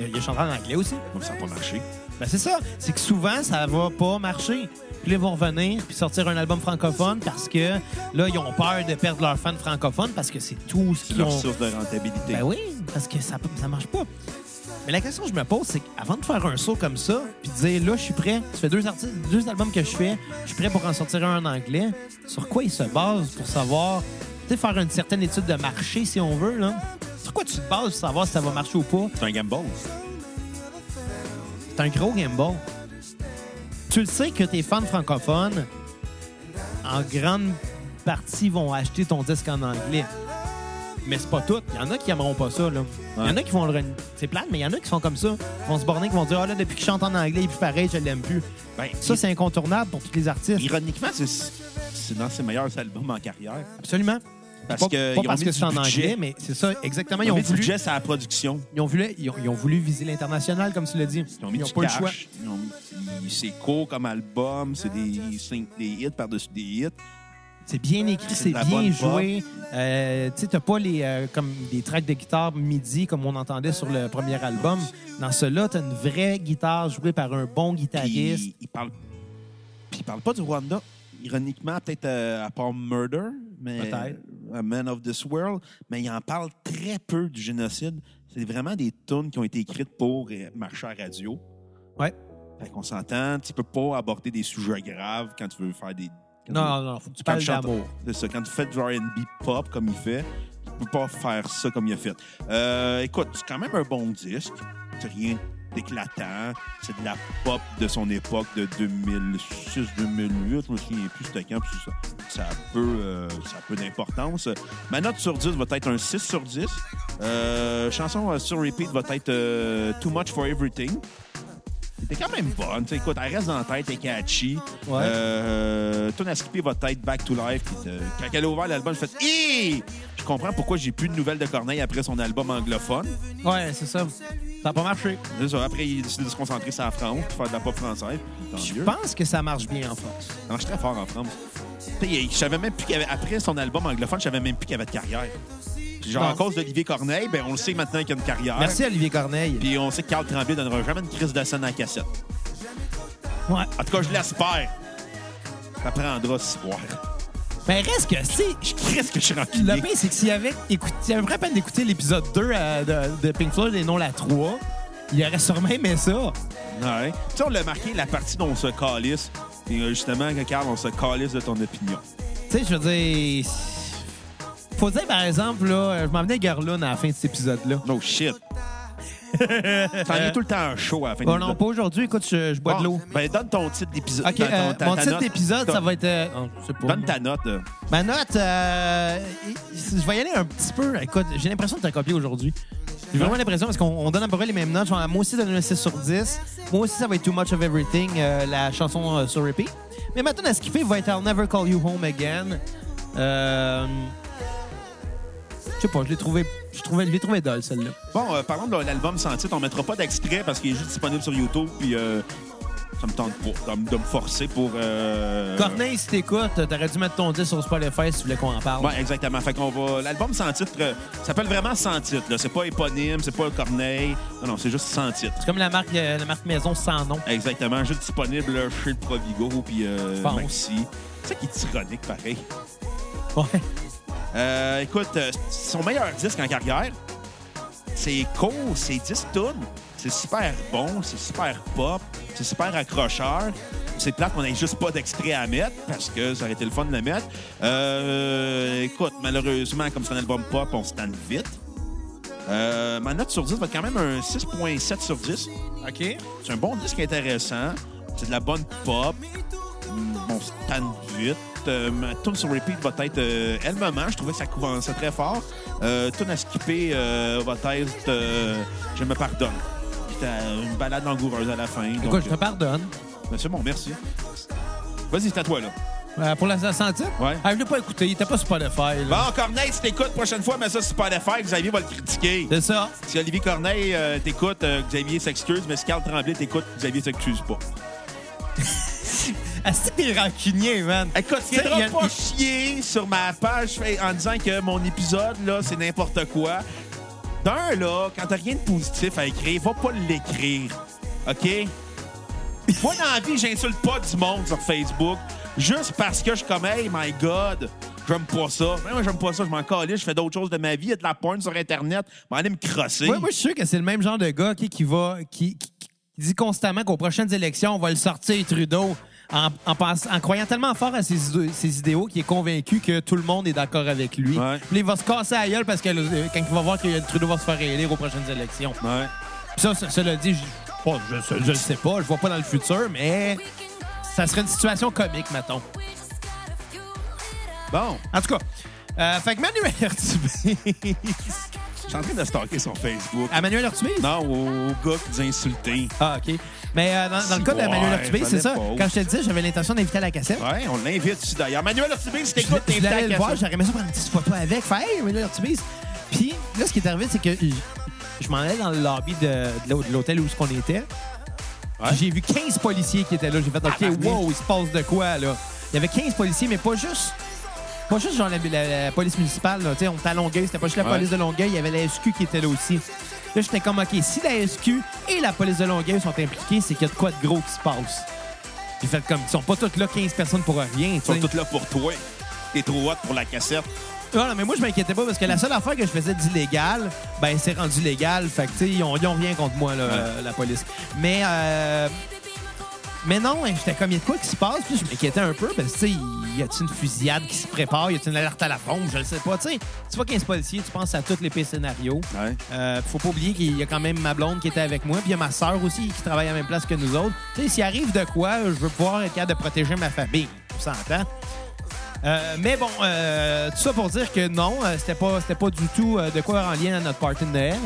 S3: Il a chanté en anglais aussi.
S1: Bon, ça n'a pas marché.
S3: Ben c'est ça. C'est que souvent, ça va pas marcher. Puis là, ils vont revenir puis sortir un album francophone parce que là, ils ont peur de perdre leurs fans francophones parce que c'est tout ce
S1: C'est
S3: qu'ils
S1: leur
S3: ont.
S1: source de rentabilité.
S3: Ben oui, parce que ça, ça marche pas. Mais la question que je me pose, c'est qu'avant de faire un saut comme ça, puis de dire là, je suis prêt, ça fait deux, artistes, deux albums que je fais, je suis prêt pour en sortir un en anglais, sur quoi ils se basent pour savoir, tu sais, faire une certaine étude de marché si on veut, là. Sur quoi tu te bases pour savoir si ça va marcher ou pas?
S1: C'est un gamble.
S3: C'est un gros gamble. Tu le sais que tes fans francophones, en grande partie, vont acheter ton disque en anglais. Mais c'est pas tout. Il y en a qui aimeront pas ça. là. Il y en a qui vont le. ren- C'est plate, mais il y en a qui sont comme ça. Ils vont se borner, qui vont dire Ah là, depuis que je chante en anglais, il est plus pareil, je l'aime plus.
S1: Ben,
S3: Ça, c'est incontournable pour tous les artistes.
S1: ironiquement, c'est- c'est dans ses meilleurs albums en carrière.
S3: Absolument.
S1: Parce
S3: Pas-
S1: que ils
S3: pas
S1: ont
S3: parce
S1: mis
S3: que
S1: du
S3: c'est en
S1: budget.
S3: anglais, mais c'est ça, exactement.
S1: Ils ont mis du
S3: voulu,
S1: budget à la production.
S3: ils, ont voulu, ils, ont, ils ont voulu viser l'international, comme tu l'as dit.
S1: Ils ont mis du
S3: pas eu le choix.
S1: cash. Ils ont- ils- C'est court comme album. C'est des, sing- des hits par-dessus des hits.
S3: C'est bien écrit,
S1: C'est
S3: c'est
S1: de la
S3: bien
S1: bonne
S3: joué. Euh, tu sais, t'as pas les, euh, comme des tracks de guitare midi comme on entendait sur le premier album. Dans celui-là, t'as une vraie guitare jouée par un bon guitariste.
S1: Puis ils parlent puis ils parlent pas du Rwanda. Ironiquement, peut-être euh, à part Murder, mais euh,
S3: Peut-être.
S1: A Man of This World, mais ils en parlent très peu du génocide. C'est vraiment des tunes qui ont été écrites pour euh, marcher à radio.
S3: Ouais.
S1: Fait qu'on s'entend, tu peux pas aborder des sujets graves quand tu veux faire des. quand
S3: Non,
S1: tu-
S3: non, non, faut que tu
S1: quand
S3: parles
S1: tu chantes-
S3: d'amour.
S1: C'est ça. Quand tu fais du R&B pop comme il fait, tu peux pas faire ça comme il a fait. Euh, écoute, c'est quand même un bon disque. C'est rien d'éclatant. C'est de la pop de son époque de 2006-2008. Je me souviens plus c'était quand. puis Ça, ça a peu, euh, ça a peu d'importance. Ma note sur 10 va être un 6 sur 10. Euh, chanson euh, sur repeat va être euh, Too Much for Everything. C'était quand même bonne. tu sais, écoute, elle reste dans la tête, elle est catchy.
S3: Ouais.
S1: Euh, Tune à skipper va être Back to Life. Puis, euh, quand elle a ouvert l'album, j'ai fait Hi! Je comprends pourquoi j'ai plus de nouvelles de Corneille après son album anglophone.
S3: Ouais, c'est ça. Ça a pas marché.
S1: C'est ça, Après, il a décidé de se concentrer sur la France, puis faire de la pop française. Tant
S3: Je
S1: mieux.
S3: pense que ça marche bien en France.
S1: Ça marche très fort en France. Tu sais, Je savais même plus qu'il y avait, après son album anglophone, je savais même plus qu'il y avait de carrière. Puis genre,
S3: Non.
S1: à cause d'Olivier Corneille, ben, on le sait maintenant qu'il y a une carrière.
S3: Merci, Olivier Corneille.
S1: Puis on sait que Carl Tremblay donnera jamais une crise de scène à la cassette.
S3: Ouais.
S1: En tout cas, je l'espère. Ça prendra six voir.
S3: Mais Ben, reste que, si.
S1: Je crise que je suis rancunier.
S3: Le pire, c'est que s'il avait écouté, s'il avait pris la peine d'écouter l'épisode 2 euh, de, de Pink Floyd et non la 3, il aurait sûrement aimé ça.
S1: Ouais. Tu sais, on l'a marqué, la partie dont on se calisse. Et euh, justement, que Carl, on se calisse de ton opinion.
S3: Tu sais, je veux dire. Faut dire, par exemple, là, euh, je m'en venais Garlone à la fin de cet épisode-là.
S1: No shit. T'en es tout le temps chaud à la fin
S3: Bon,
S1: de
S3: Oh, non, pas aujourd'hui. Écoute, je, je bois de l'eau.
S1: Ben, donne ton titre d'épisode.
S3: OK,
S1: ton- ton-
S3: euh,
S1: ta-
S3: mon
S1: ta
S3: titre
S1: note.
S3: d'épisode,
S1: Ton-
S3: ça va être... euh, oh, je sais pas.
S1: Donne ta note. euh.
S3: Ma note, euh, je vais y aller un petit peu. Écoute, j'ai l'impression de te copier aujourd'hui. J'ai vraiment l'impression parce qu'on on donne à peu près les mêmes notes. Genre, moi aussi, donne un 6 sur 10. Moi aussi, ça va être Too Much of Everything, euh, la chanson euh, sur repeat. Mais maintenant, à skipper va être I'll Never Call You Home Again. Euh, je sais pas, je l'ai trouvé, je trouvais, je l'ai trouvé dolle, celle-là.
S1: Bon, euh, parlons de l'album sans titre. On mettra pas d'extrait parce qu'il est juste disponible sur YouTube. Puis euh, ça me tente pas de, me- de me forcer pour. euh,
S3: Corneille, si t'écoutes, t'aurais dû mettre ton 10 sur Spotify si tu voulais qu'on en parle.
S1: Ouais, exactement. Fait qu'on va. L'album sans titre euh, s'appelle vraiment sans titre. là. C'est pas éponyme, c'est pas Corneille. Non, non, c'est juste sans titre.
S3: C'est comme la marque, euh, la marque maison sans nom.
S1: Exactement, juste disponible là, chez le Provigo puis euh,
S3: Pense.
S1: Maxi. C'est ça qui est ironique, pareil.
S3: Ouais.
S1: Euh, écoute, euh, son meilleur disque en carrière, c'est cool, c'est 10 tonnes. C'est super bon, c'est super pop, c'est super accrocheur. C'est plate qu'on n'ait juste pas d'extrait à mettre parce que ça aurait été le fun de le mettre. Euh, écoute, malheureusement, comme c'est un album pop, on se tanne vite. Euh, ma note sur 10 va être quand même un 6.7 sur 10.
S3: OK.
S1: C'est un bon disque intéressant. C'est de la bonne pop. Mm, Bon, stand vite. Euh, ma tune sur repeat va être euh, Elle me ment. Je trouvais que ça commençait très fort. Euh, tune à skipper euh, va être euh, Je me pardonne. Puis t'as une balade langoureuse à la fin. donc,
S3: Écoute, je te
S1: euh,
S3: pardonne.
S1: ben, c'est bon, merci. Vas-y, c'est à toi, là.
S3: Euh, pour la sentir?
S1: Ouais.
S3: Ah, je l'ai pas écouté. Il était pas sur Spotify. là.
S1: Bon, Corneille, si t'écoutes, prochaine fois, mais ça sur Spotify, Xavier va le critiquer.
S3: C'est ça.
S1: Si Olivier Corneille euh, t'écoute, euh, Xavier s'excuse, mais si Carl Tremblay t'écoute, Xavier s'excuse pas.
S3: Ah, c'est pire rancunier, man.
S1: Écoute,
S3: Tu sais, il y
S1: viendra
S3: a-
S1: pas chier sur ma page fa- en disant que mon épisode, là, c'est n'importe quoi. D'un, là, quand t'as rien de positif à écrire, va pas l'écrire. OK? Moi, dans la vie, j'insulte pas du monde sur Facebook juste parce que je suis comme, hey, my God, j'aime pas ça. Mais moi, j'aime pas ça, je m'en calisse, je fais d'autres choses de ma vie, il y a de la porn sur Internet, m'en aller me crosser.
S3: Ouais, moi, je suis sûr que c'est le même genre de gars qui, qui va. Qui, qui- qui dit constamment qu'aux prochaines élections, on va le sortir, Trudeau, en, en, pense- en croyant tellement fort à ses, idé- ses idéaux qu'il est convaincu que tout le monde est d'accord avec lui.
S1: Ouais.
S3: Puis il va se casser à gueule parce que euh, quand il va voir que Trudeau va se faire élire aux prochaines élections.
S1: Ouais.
S3: Puis ça, ce- cela dit, je, bon, je, je- je le sais pas, je vois pas dans le futur, mais ça serait une situation comique, mettons.
S1: Bon,
S3: En tout cas, euh, fait que Manuel Ortubé.
S1: je suis en train de stalker sur Facebook.
S3: à Ah, Manuel Ortubé?
S1: Non, au, au gars qui nous a insultés.
S3: Ah, OK. Mais euh, dans, dans le cas de
S1: Ouais,
S3: Manuel Ortubé,
S1: fallait
S3: c'est ça.
S1: pas.
S3: Quand je te le disais, j'avais l'intention d'inviter à la cassette.
S1: Ouais, on l'invite aussi d'ailleurs. Manuel Ortubé, si
S3: Je
S1: t'écoutes,
S3: je
S1: t'invites à
S3: voulais
S1: la
S3: le voir,
S1: cassette.
S3: j'aurais aimé ça prendre une petite photo avec. Faire, hey, Manuel Ortubé. Puis là, ce qui est arrivé, c'est que je, je m'en allais dans le lobby de, de l'hô- de l'hôtel où ce qu'on était.
S1: Ouais.
S3: Puis J'ai vu 15 policiers qui étaient là. J'ai fait, OK,
S1: Tabarnak.
S3: wow, il se passe de quoi, là? Il y avait 15 policiers, mais pas juste. Pas juste genre la, la- la police municipale, là. Tu sais, on était à Longueuil, c'était pas juste la
S1: Ouais.
S3: police de Longueuil, il y avait la SQ qui était là aussi. Là, j'étais comme, OK, si la SQ et la police de Longueuil sont impliquées, c'est qu'il y a de quoi de gros qui se passe. J'ai fait comme, ils sont pas toutes là, 15 personnes pour rien. tu
S1: Ils sont
S3: sais.
S1: toutes là pour toi. T'es trop hot pour la cassette.
S3: Non, non, mais moi, je m'inquiétais pas parce que la seule affaire que je faisais d'illégal, ben, c'est rendu légal. Fait que, tu sais, ils ont, ils ont rien contre moi, là, euh, la police. Mais, euh, mais non, hein, j'étais comme, il y a de quoi qui se passe? Puis je m'inquiétais un peu parce que, tu sais, y a-t-il une fusillade qui se prépare? Y a-t-il une alerte à la bombe? Je le sais pas. Tu sais, tu vois 15 policiers, tu penses à tous les pires scénarios.
S1: Ouais.
S3: Euh, faut pas oublier qu'il y a quand même ma blonde qui était avec moi, puis il y a ma sœur aussi qui travaille à la même place que nous autres. Tu sais, s'il arrive de quoi, je veux pouvoir être capable de protéger ma famille. On s'entend. Euh, mais bon, euh, tout ça pour dire que non, euh, c'était pas, c'était pas du tout euh, de quoi en lien à notre party de Noël.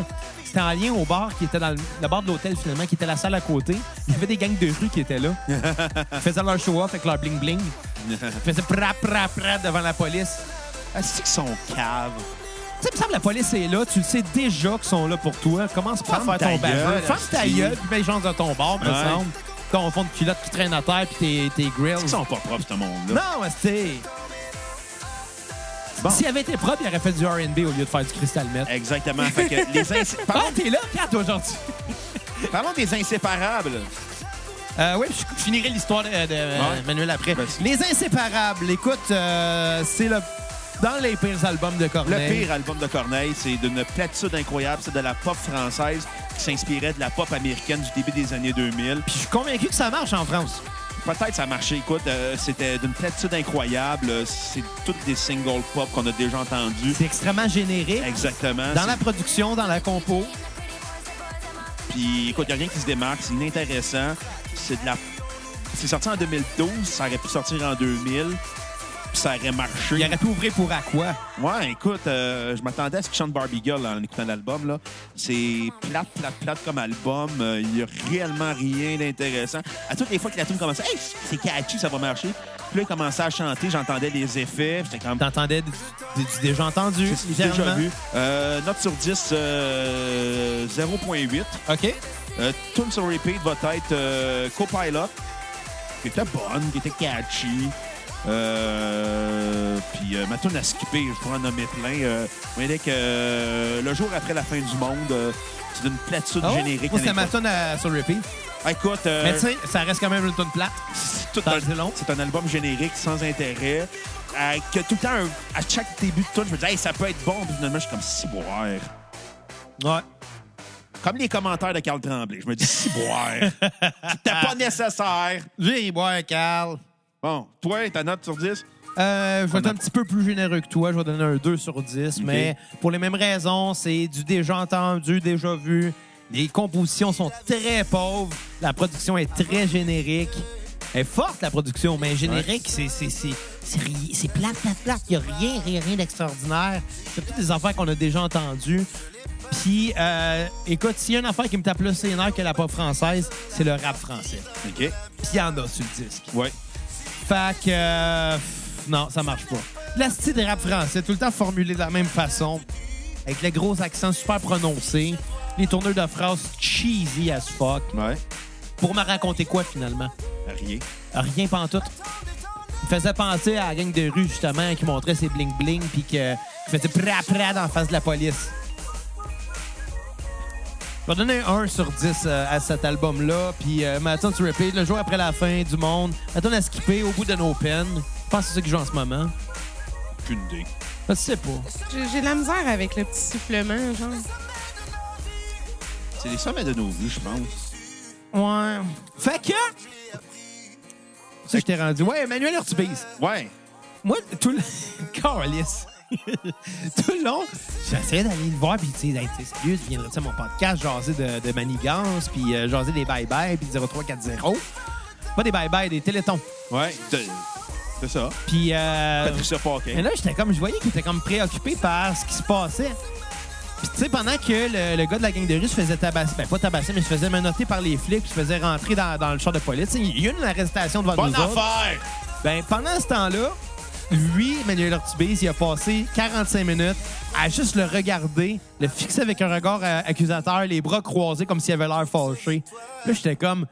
S3: C'était en lien au bar qui était dans le, le bar de l'hôtel finalement, qui était la salle à côté. Il y avait des gangs de rue qui étaient là. Ils faisaient leur show-off avec leur bling-bling. Ils faisaient pra pra pra devant la police.
S1: Est-ce Ah, qu'ils sont caves?
S3: Tu sais, il me semble que la police est là. Tu le sais déjà qu'ils sont là pour toi. Commence pas
S1: Ferme
S3: à faire ton
S1: ta gueule,
S3: baveux. Ferme ta
S1: hostie.
S3: gueule, puis mets les gens dans ton bar, me
S1: Ouais.
S3: semble. Ton fond de culotte qui traîne à terre, puis tes, tes grills.
S1: Ils sont pas propres, ce monde-là.
S3: Non, c'est...
S1: Bon.
S3: S'il avait été propre, il aurait fait du R&B au lieu de faire du cristal meth.
S1: Exactement. Fait que les ins-
S3: Ah,
S1: parlons,
S3: t'es là, Kat, aujourd'hui.
S1: parlons des inséparables.
S3: Euh, oui, je je finirai l'histoire de, de- Manuel après.
S1: Ben, c'est-
S3: les Inséparables, écoute, euh, c'est le... Dans les pires albums de
S1: Le
S3: Corneille.
S1: pire album de Corneille, c'est d'une platitude incroyable. C'est de la pop française qui s'inspirait de la pop américaine du début des années 2000.
S3: Puis je suis convaincu que ça marche en France.
S1: Peut-être ça a marché. Écoute, euh, c'était d'une platitude incroyable. Euh, C'est toutes des singles pop qu'on a déjà entendus.
S3: C'est extrêmement générique.
S1: Exactement.
S3: Dans la production, dans la compo.
S1: Puis écoute, il n'y a rien qui se démarque, c'est inintéressant. C'est de la. C'est sorti en 2012, ça aurait pu sortir en 2000, puis ça aurait marché.
S3: Il aurait pu ouvrir pour Aqua.
S1: Ouais, écoute, euh, je m'attendais à ce qu'il chante Barbie Girl en écoutant l'album. là. C'est plate, plate, plate comme album. Euh, Il n'y a réellement rien d'intéressant. À toutes les fois que la tune commençait, hey, c'est catchy, ça va marcher. Puis là, il commençait à chanter, j'entendais les effets, puis j'étais comme.
S3: T'entendais du, du- du déjà entendu,
S1: C'est déjà
S3: littéralement.
S1: vu. Euh, note sur 10, euh, 0.8.
S3: OK.
S1: Euh, Tune sur repeat va être euh, Copilot, qui était bonne, qui était catchy. Euh, puis euh, ma tune à skipper, je pourrais en nommer plein. Euh, on dirait que euh, le jour après la fin du monde, euh, c'est une platitude
S3: Ah ouais?
S1: générique.
S3: Moi, c'était
S1: à
S3: ma
S1: l'époque.
S3: tonne à- sur repeat.
S1: Ah, Écoute, euh,
S3: Mais tu sais, ça reste quand même une tonne plate.
S1: c'est tout
S3: ça
S1: un-
S3: faisait long.
S1: c'est un album générique sans intérêt. euh, que tout le temps, un- à chaque début de tune, je me dis, hey, ça peut être bon. Puis finalement, je suis comme ciboire.
S3: Ouais.
S1: Comme les commentaires de Carl Tremblay. Je me dis, ciboire. C'était pas nécessaire.
S3: J'ai boire, Carl.
S1: Bon, toi, ta note sur 10?
S3: Euh, je vais
S1: On
S3: être
S1: a-
S3: un petit peu plus généreux que toi. Je vais donner un 2 sur 10.
S1: Ok.
S3: Mais pour les mêmes raisons, c'est du déjà entendu, déjà vu. Les compositions sont très pauvres. La production est très générique. Elle est forte, la production, mais générique, c'est- c'est- c'est- c'est ri- c'est plate, plate, plate. Il n'y a rien, rien, rien d'extraordinaire. C'est toutes des affaires qu'on a déjà entendues. Puis, euh, écoute, s'il y a une affaire qui me tape plus les nerfs que la pop française, c'est le rap français.
S1: OK.
S3: Puis, il y en a sur le disque.
S1: Ouais.
S3: Fait que. euh, pff, non, ça marche pas. La style de rap français, tout le temps formulé de la même façon, avec les gros accents super prononcés, les tourneurs de phrases cheesy as fuck.
S1: Ouais.
S3: Pour me raconter quoi finalement?
S1: Rien.
S3: Rien pantoute. Il me faisait penser à la gang de rue, justement, qui montrait ses bling-bling, puis que- qui faisait pra-pra dans la face de la police. Je vais donner un 1 sur 10 euh, à cet album-là, puis euh, ma tune sur repeat, le jour après la fin du monde, ma tune à skipper au bout d'un open. Je pense que c'est ça que je joue en ce moment.
S1: Aucune idée.
S3: Je sais pas.
S4: J'ai j'ai de la misère avec le petit sifflement, genre.
S1: C'est les sommets de nos vues, je pense.
S3: Ouais. Fait que... Ça, je t'ai rendu. Ouais, Emmanuel Urtubise.
S1: Ouais.
S3: Moi, tout le... Câlisse. tout le long, j'essayais d'aller le voir, puis tu sais, d'être sérieux, tu viendrais à mon podcast, jaser de, de manigance, puis euh, jaser des bye-bye, puis 0340. Pas des bye-bye, des télétons.
S1: Ouais. De- C'est ça.
S3: Puis... euh,
S1: Patricia Paquin.
S3: Mais là, j'étais comme, je voyais qu'il était comme préoccupé par ce qui se passait. Puis, tu sais, pendant que le, le gars de la gang de rue se faisait tabasser, ben pas tabasser, mais se faisait menotter par les flics, puis se faisait rentrer dans, dans le char de police. Tu sais, Il y a eu une arrestation devant
S1: Bonne
S3: nous autres.
S1: affaire!
S3: Ben, pendant ce temps-là, lui, Manuel Ortubis, il a passé 45 minutes à juste le regarder, le fixer avec un regard euh, accusateur, les bras croisés comme s'il avait l'air fâché. Là, j'étais comme.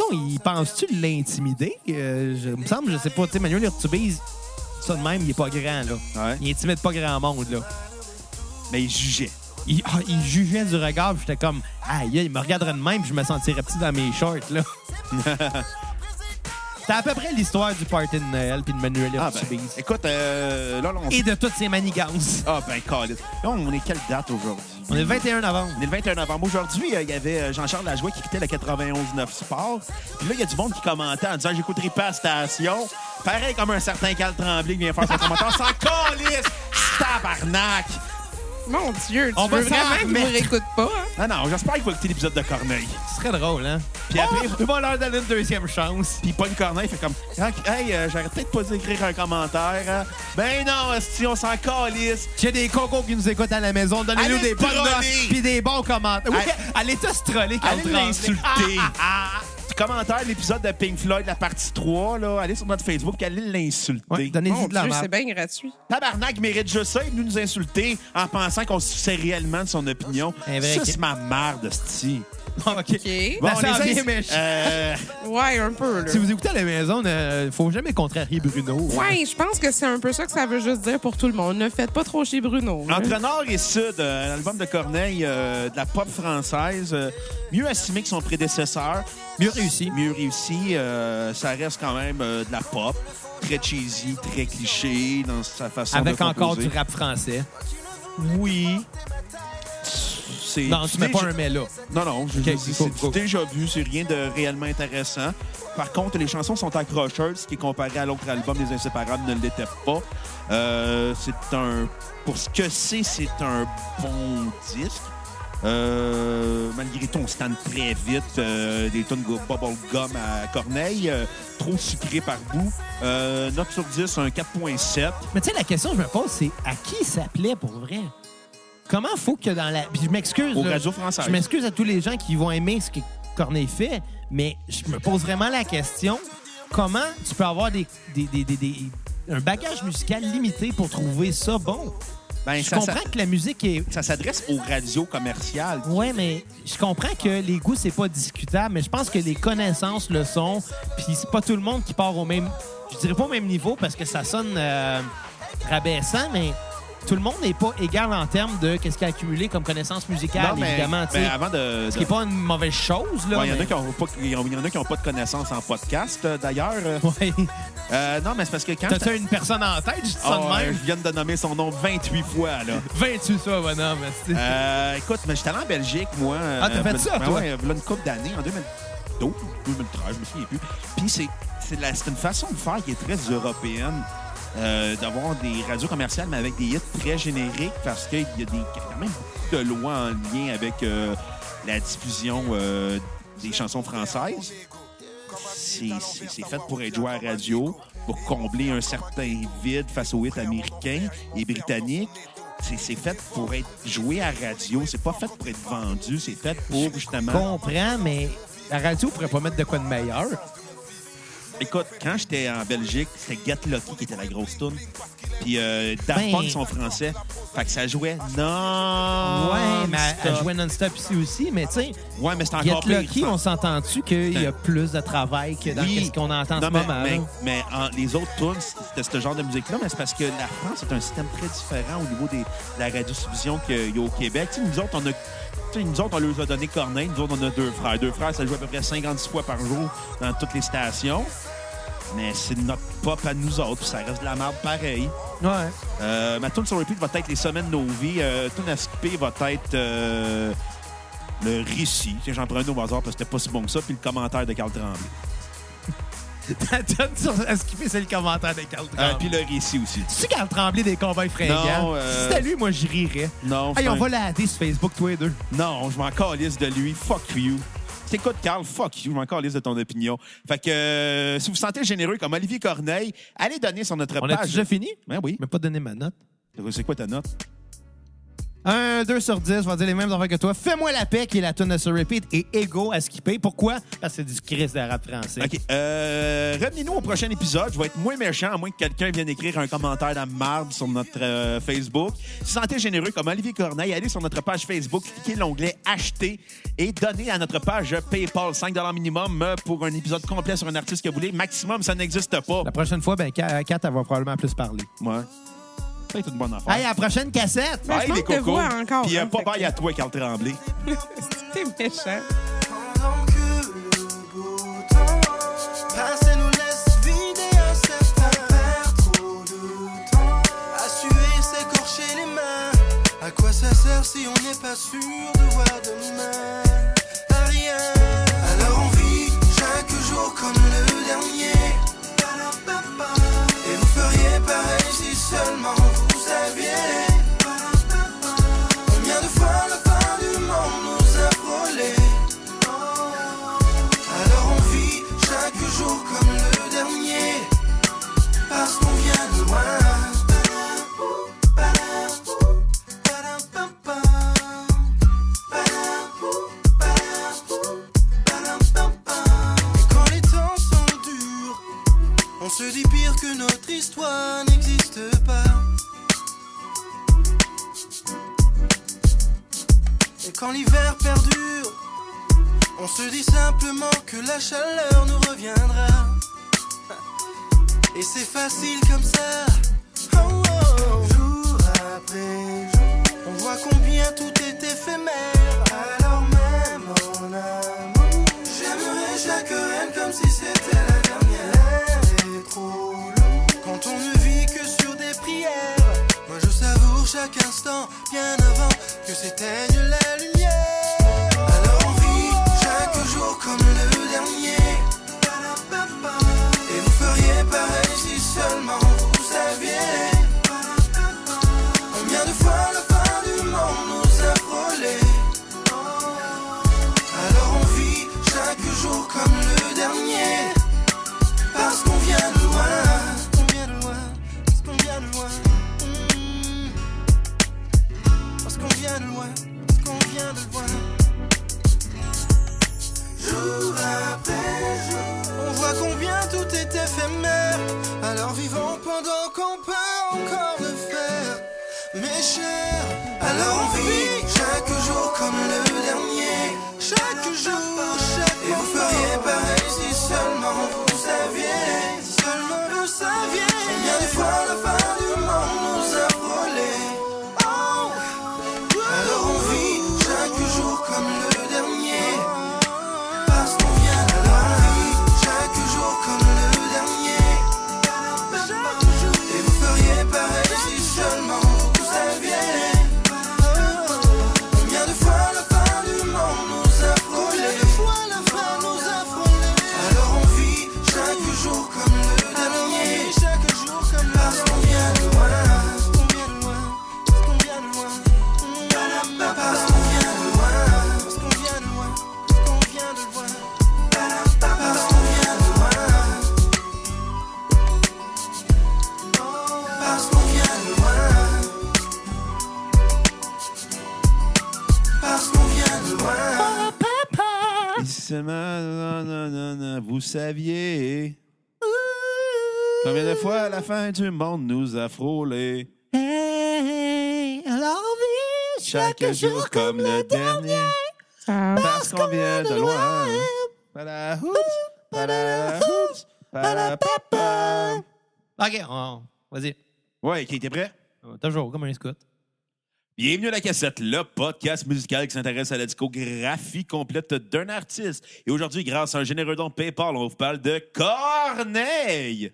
S3: Non, il pense-tu l'intimider? Euh, je, il me semble, je sais pas. Tu sais, Manuel Urtubise, ça de même, il est pas grand, là.
S1: Ouais.
S3: Il intimide pas grand monde, là.
S1: Mais il jugeait.
S3: Il, ah, il jugeait du regard, puis j'étais comme, aïe, il me regarderait de même, puis je me sentirais petit dans mes shorts, là. C'était à peu près l'histoire du party de Noël, puis de Manuel
S1: Ah ben,
S3: Urtubise.
S1: écoute, euh, là, là, on...
S3: Et de toutes ces manigances.
S1: Ah ben, caliste. Là, on est quelle date aujourd'hui?
S3: On est le 21 novembre.
S1: On est le 21 novembre. Aujourd'hui, euh, il y avait euh, Jean-Charles Lajoie qui quittait le 91-9 Sport. Puis là, il y a du monde qui commentait en disant J'écouterai pas la station. Pareil comme un certain Cal Tremblay qui vient faire son commentaire. Sans calice Tabarnak
S4: Mon Dieu, tu
S3: On va
S4: veux
S3: s'en
S4: vraiment qu'il
S3: remettre.
S4: nous réécoute pas, hein?
S1: Non, non, j'espère qu'il va écouter l'épisode de Corneille.
S3: C'est très drôle, hein?
S1: Puis après,
S3: ils vont leur donner une deuxième chance.
S1: Puis pas une Corneille, fait comme Ah, Hey, euh, j'aurais peut-être pas dû écrire un commentaire. hein. Ben non, si on s'en calisse.
S3: J'ai des cocos qui nous écoutent à la maison. Donnez-nous
S1: Allez
S3: des bonnes
S1: troller.
S3: notes puis des bons commentaires. Oui,
S1: Allez-
S3: allez tous troller Ah,
S1: Allez
S3: contre
S1: l'insulter. Commentaire l'épisode de Pink Floyd, la partie 3, là. Allez sur notre Facebook, puis allez l'insulter.
S3: Ouais, Donnez-y
S4: Mon
S3: de la
S4: Dieu,
S3: merde.
S4: c'est bien gratuit.
S1: Tabarnak mérite juste ça, il est venu nous insulter en pensant qu'on se fichait réellement de son opinion.
S3: Un vrai
S1: Ça,
S3: qui-
S1: c'est ma merde, de sti.
S3: Ah, OK.
S4: OK.
S3: Bon,
S1: on
S3: ça
S1: les
S3: vient,
S1: ins-
S3: mais je-
S1: Euh,
S4: Ouais, un peu, là.
S3: Si vous écoutez à la maison, il faut jamais contrarier Bruno.
S4: Ouais, je pense que c'est un peu ça que ça veut juste dire pour tout le monde. Ne faites pas trop chez Bruno. là.
S1: Entre Nord et Sud, euh, l'album de Corneille, euh, de la pop française, euh, mieux assumé que son prédécesseur,
S3: Mieux réussi.
S1: mieux réussi, euh, ça reste quand même euh, de la pop, très cheesy, très cliché dans sa façon
S3: Avec
S1: de
S3: encore du
S1: composer.
S3: rap français.
S1: Oui. C'est-
S3: Non, tu mets pas un mais là.
S1: Non, non, je
S3: Ok,
S1: je- c'est
S3: cool, cool.
S1: déjà vu, c'est rien de réellement intéressant. Par contre, les chansons sont accrocheuses, ce qui est comparé à l'autre album, Les Inséparables ne l'était pas. Euh, c'est un. Pour ce que c'est, c'est un bon disque. Euh, malgré tout, on se tente très vite. euh, des tonnes de bubblegum à Corneille, euh, trop sucré par bout. Euh, note sur 10, un 4.7.
S3: Mais tu sais, la question que je me pose, c'est à qui ça plaît pour vrai? Comment faut que dans la. Puis je m'excuse.
S1: Aux
S3: là,
S1: radios françaises.
S3: Je m'excuse à tous les gens qui vont aimer ce que Corneille fait, mais je me pose vraiment la question comment tu peux avoir des, des- des- des- des- un bagage musical limité pour trouver ça bon?
S1: Ben,
S3: je
S1: ça- ça-
S3: comprends que la musique est.
S1: Ça s'adresse aux radios commerciales.
S3: Ouais, mais je comprends que les goûts, c'est pas discutable, mais je pense que les connaissances le sont, puis c'est pas tout le monde qui part au même. Je dirais pas au même niveau parce que ça sonne euh, rabaissant, mais. Tout le monde n'est pas égal en termes de qu'est-ce qu'il a accumulé comme connaissances musicales,
S1: Non, mais-
S3: évidemment. tu
S1: mais
S3: sais.
S1: avant de-
S3: Ce
S1: de
S3: qui n'est pas une mauvaise chose, là.
S1: Ouais, Il y en a
S3: mais-
S1: qui n'ont pas, il y en- il y en a qui ont pas de connaissances en podcast, euh, d'ailleurs. Euh,
S3: Ouais.
S1: euh, non, mais c'est parce que quand...
S3: T'as-tu une personne en tête, je dis ça
S1: Oh,
S3: de
S1: euh,
S3: même?
S1: je viens de nommer son nom 28 fois, là.
S3: 28 ça, bonhomme. c'est-
S1: Euh, écoute, mais j'étais allé en Belgique, moi.
S3: Ah, t'as
S1: euh,
S3: fait
S1: ben-
S3: ça,
S1: ben
S3: toi?
S1: ouais, voilà une couple d'années, en 2012, 2013, je me souviens plus. Puis c'est, c'est, la- c'est une façon de faire qui est très européenne. euh, d'avoir des radios commerciales, mais avec des hits très génériques, parce qu'il y a des, quand même beaucoup de lois en lien avec euh, la diffusion euh, des chansons françaises. C'est c'est- c'est fait pour être joué à la radio, pour combler un certain vide face aux hits américains et britanniques. C'est c'est fait pour être joué à la radio. C'est pas fait pour être vendu. C'est fait pour, justement...
S3: comprends, mais la radio pourrait pas mettre de quoi de meilleur.
S1: Écoute, quand j'étais en Belgique, c'était Get Lucky qui était la grosse tune. Puis euh, Daft
S3: Ben-
S1: Punk sont français. Fait que ça jouait Ah, non.
S3: ouais, mais elle- elle jouait non-stop ici aussi, mais tu sais,
S1: Ouais, mais c'est
S3: Get
S1: encore pire.
S3: Lucky, on s'entend-tu qu'il y a plus de travail que dans
S1: Oui.
S3: ce qu'on entend en
S1: Non,
S3: ce
S1: mais,
S3: moment?
S1: Mais,
S3: là?
S1: mais en- les autres tunes, c'était ce genre de musique-là, mais c'est parce que la France est un système très différent au niveau des, de la radiodiffusion qu'il y a au Québec. Tu sais, nous autres, on a. tu sais, nous autres, on leur a donné Corneille. Nous autres, on a deux frères. Deux frères, ça joue à peu près 56 fois par jour dans toutes les stations. Mais c'est notre pop à nous autres. puis ça reste de la merde pareil.
S3: Ouais.
S1: Euh, ma tune sur repeat va être les semaines de nos vies. Euh, tune à skipper va être euh, le récit. Tiens, J'en prends un au hasard parce que c'était pas si bon que ça. Puis le commentaire de Carl Tremblay.
S3: Ta tonne sur à skipper, c'est le commentaire de Carl Tremblay.
S1: Euh, puis le récit aussi.
S3: Tu Carl Tremblay des combats fringants?
S1: Non, euh,
S3: Si c'était lui, moi, je rirais.
S1: Non,
S3: Hey,
S1: c'est
S3: on
S1: un-
S3: va l'aider sur Facebook, toi et deux.
S1: non, je m'en calisse de lui. Fuck you. T'écoutes, Carl, fuck you. Je m'en calisse de ton opinion. Fait que euh, si vous vous sentez généreux comme Olivier Corneille, allez donner sur notre
S3: On a
S1: page.
S3: déjà fini?
S1: Ben oui.
S3: Je m'ai pas donné ma note.
S1: C'est quoi ta note?
S3: Un 2 sur 10, je vais dire les mêmes affaires que toi. Fais-moi la paix, qui est la tune de ce repeat, et Ego à skipper. Pourquoi? Parce que c'est du Chris de rap français.
S1: OK. Euh, Revenez-nous au prochain épisode. Je vais être moins méchant, à moins que quelqu'un vienne écrire un commentaire de marbre sur notre euh, Facebook. Si vous sentez généreux comme Olivier Corneille, allez sur notre page Facebook, cliquez l'onglet Acheter et donnez à notre page PayPal 5 minimum euh, pour un épisode complet sur un artiste que vous voulez. Maximum, ça n'existe pas.
S3: La prochaine fois, ben, Kat, Kat, elle va probablement plus parler.
S1: Ouais. Ça être une bonne affaire.
S3: Hey, à la prochaine cassette!
S4: Ben, je manque de voix encore,
S1: Puis euh,
S4: hein,
S1: pas
S4: fait que-
S1: bail à toi, Carl Tremblay.
S4: T'es méchant.
S2: Pendant que le beau temps passe et nous laisse vider un certain verre Trop de temps à suer, s'écorcher les mains À quoi ça sert si on n'est pas sûr de voir demain À rien Alors on vit chaque jour comme le dernier Palapapa. Et vous feriez pareil si seulement vous saviez Palapapa. Combien de fois la fin du monde nous a volés alors on vit chaque jour comme le dernier Parce qu'on vient de loin Padabou, padabou, padabapam. Padabou, padabou, padabapam. Et Quand les temps sont durs On se dit pire que notre histoire n'existe pas Et quand l'hiver perdure on se dit simplement que la chaleur nous reviendra. Et c'est facile comme ça. Oh, oh. Jour après jour, on voit combien tout est éphémère. Alors même en amour, j'aimerais chaque reine comme si c'était la dernière. L'air est trop lourd quand on ne vit que sur des prières. Moi je savoure chaque instant, bien avant que s'éteigne la lumière. Alors on vit chaque jour comme le dernier. Palapapa. Et vous feriez pareil si seulement vous saviez. Palapapa. Combien de fois la fin du monde nous a frôlés. Alors on vit chaque jour comme le dernier. Parce qu'on vient de loin. On vient de loin. Parce qu'on vient de loin. Mm. Parce qu'on vient de loin. Parce qu'on vient de loin. Jour après jour, on voit combien tout est éphémère. Alors vivons pendant qu'on peut encore le faire. Mes chers, alors on vit chaque jour comme le dernier. Chaque jour, chaque Et vous feriez pareil si seulement vous saviez. Si Seulement vous saviez. Combien de fois la fin du monde nous a volés. Oh. Alors on vit chaque jour comme le dernier. Parce qu'on vient de loin Chaque jour comme le dernier Et vous feriez pareil si seulement vous saviez Combien de fois la fin du monde nous a frôlés Alors on vit chaque jour comme le dernier Parce qu'on loin. Parce qu'on vient de loin.
S1: Et seulement, non, non, non, non, vous saviez combien de fois la fin du monde nous a frôlés.
S3: Hey, alors vit
S1: Chaque, jour, comme le dernier,
S4: Ah,
S1: parce qu'on vient de loin. Voilà, hoots, voilà, hoots, voilà, papa.
S3: OK, on- vas-y.
S1: Ouais, qui était prêt?
S3: Euh, Toujours, comme un scout.
S1: Bienvenue à la cassette, le podcast musical qui s'intéresse à la discographie complète d'un artiste. Et aujourd'hui, grâce à un généreux don PayPal, on vous parle de Corneille.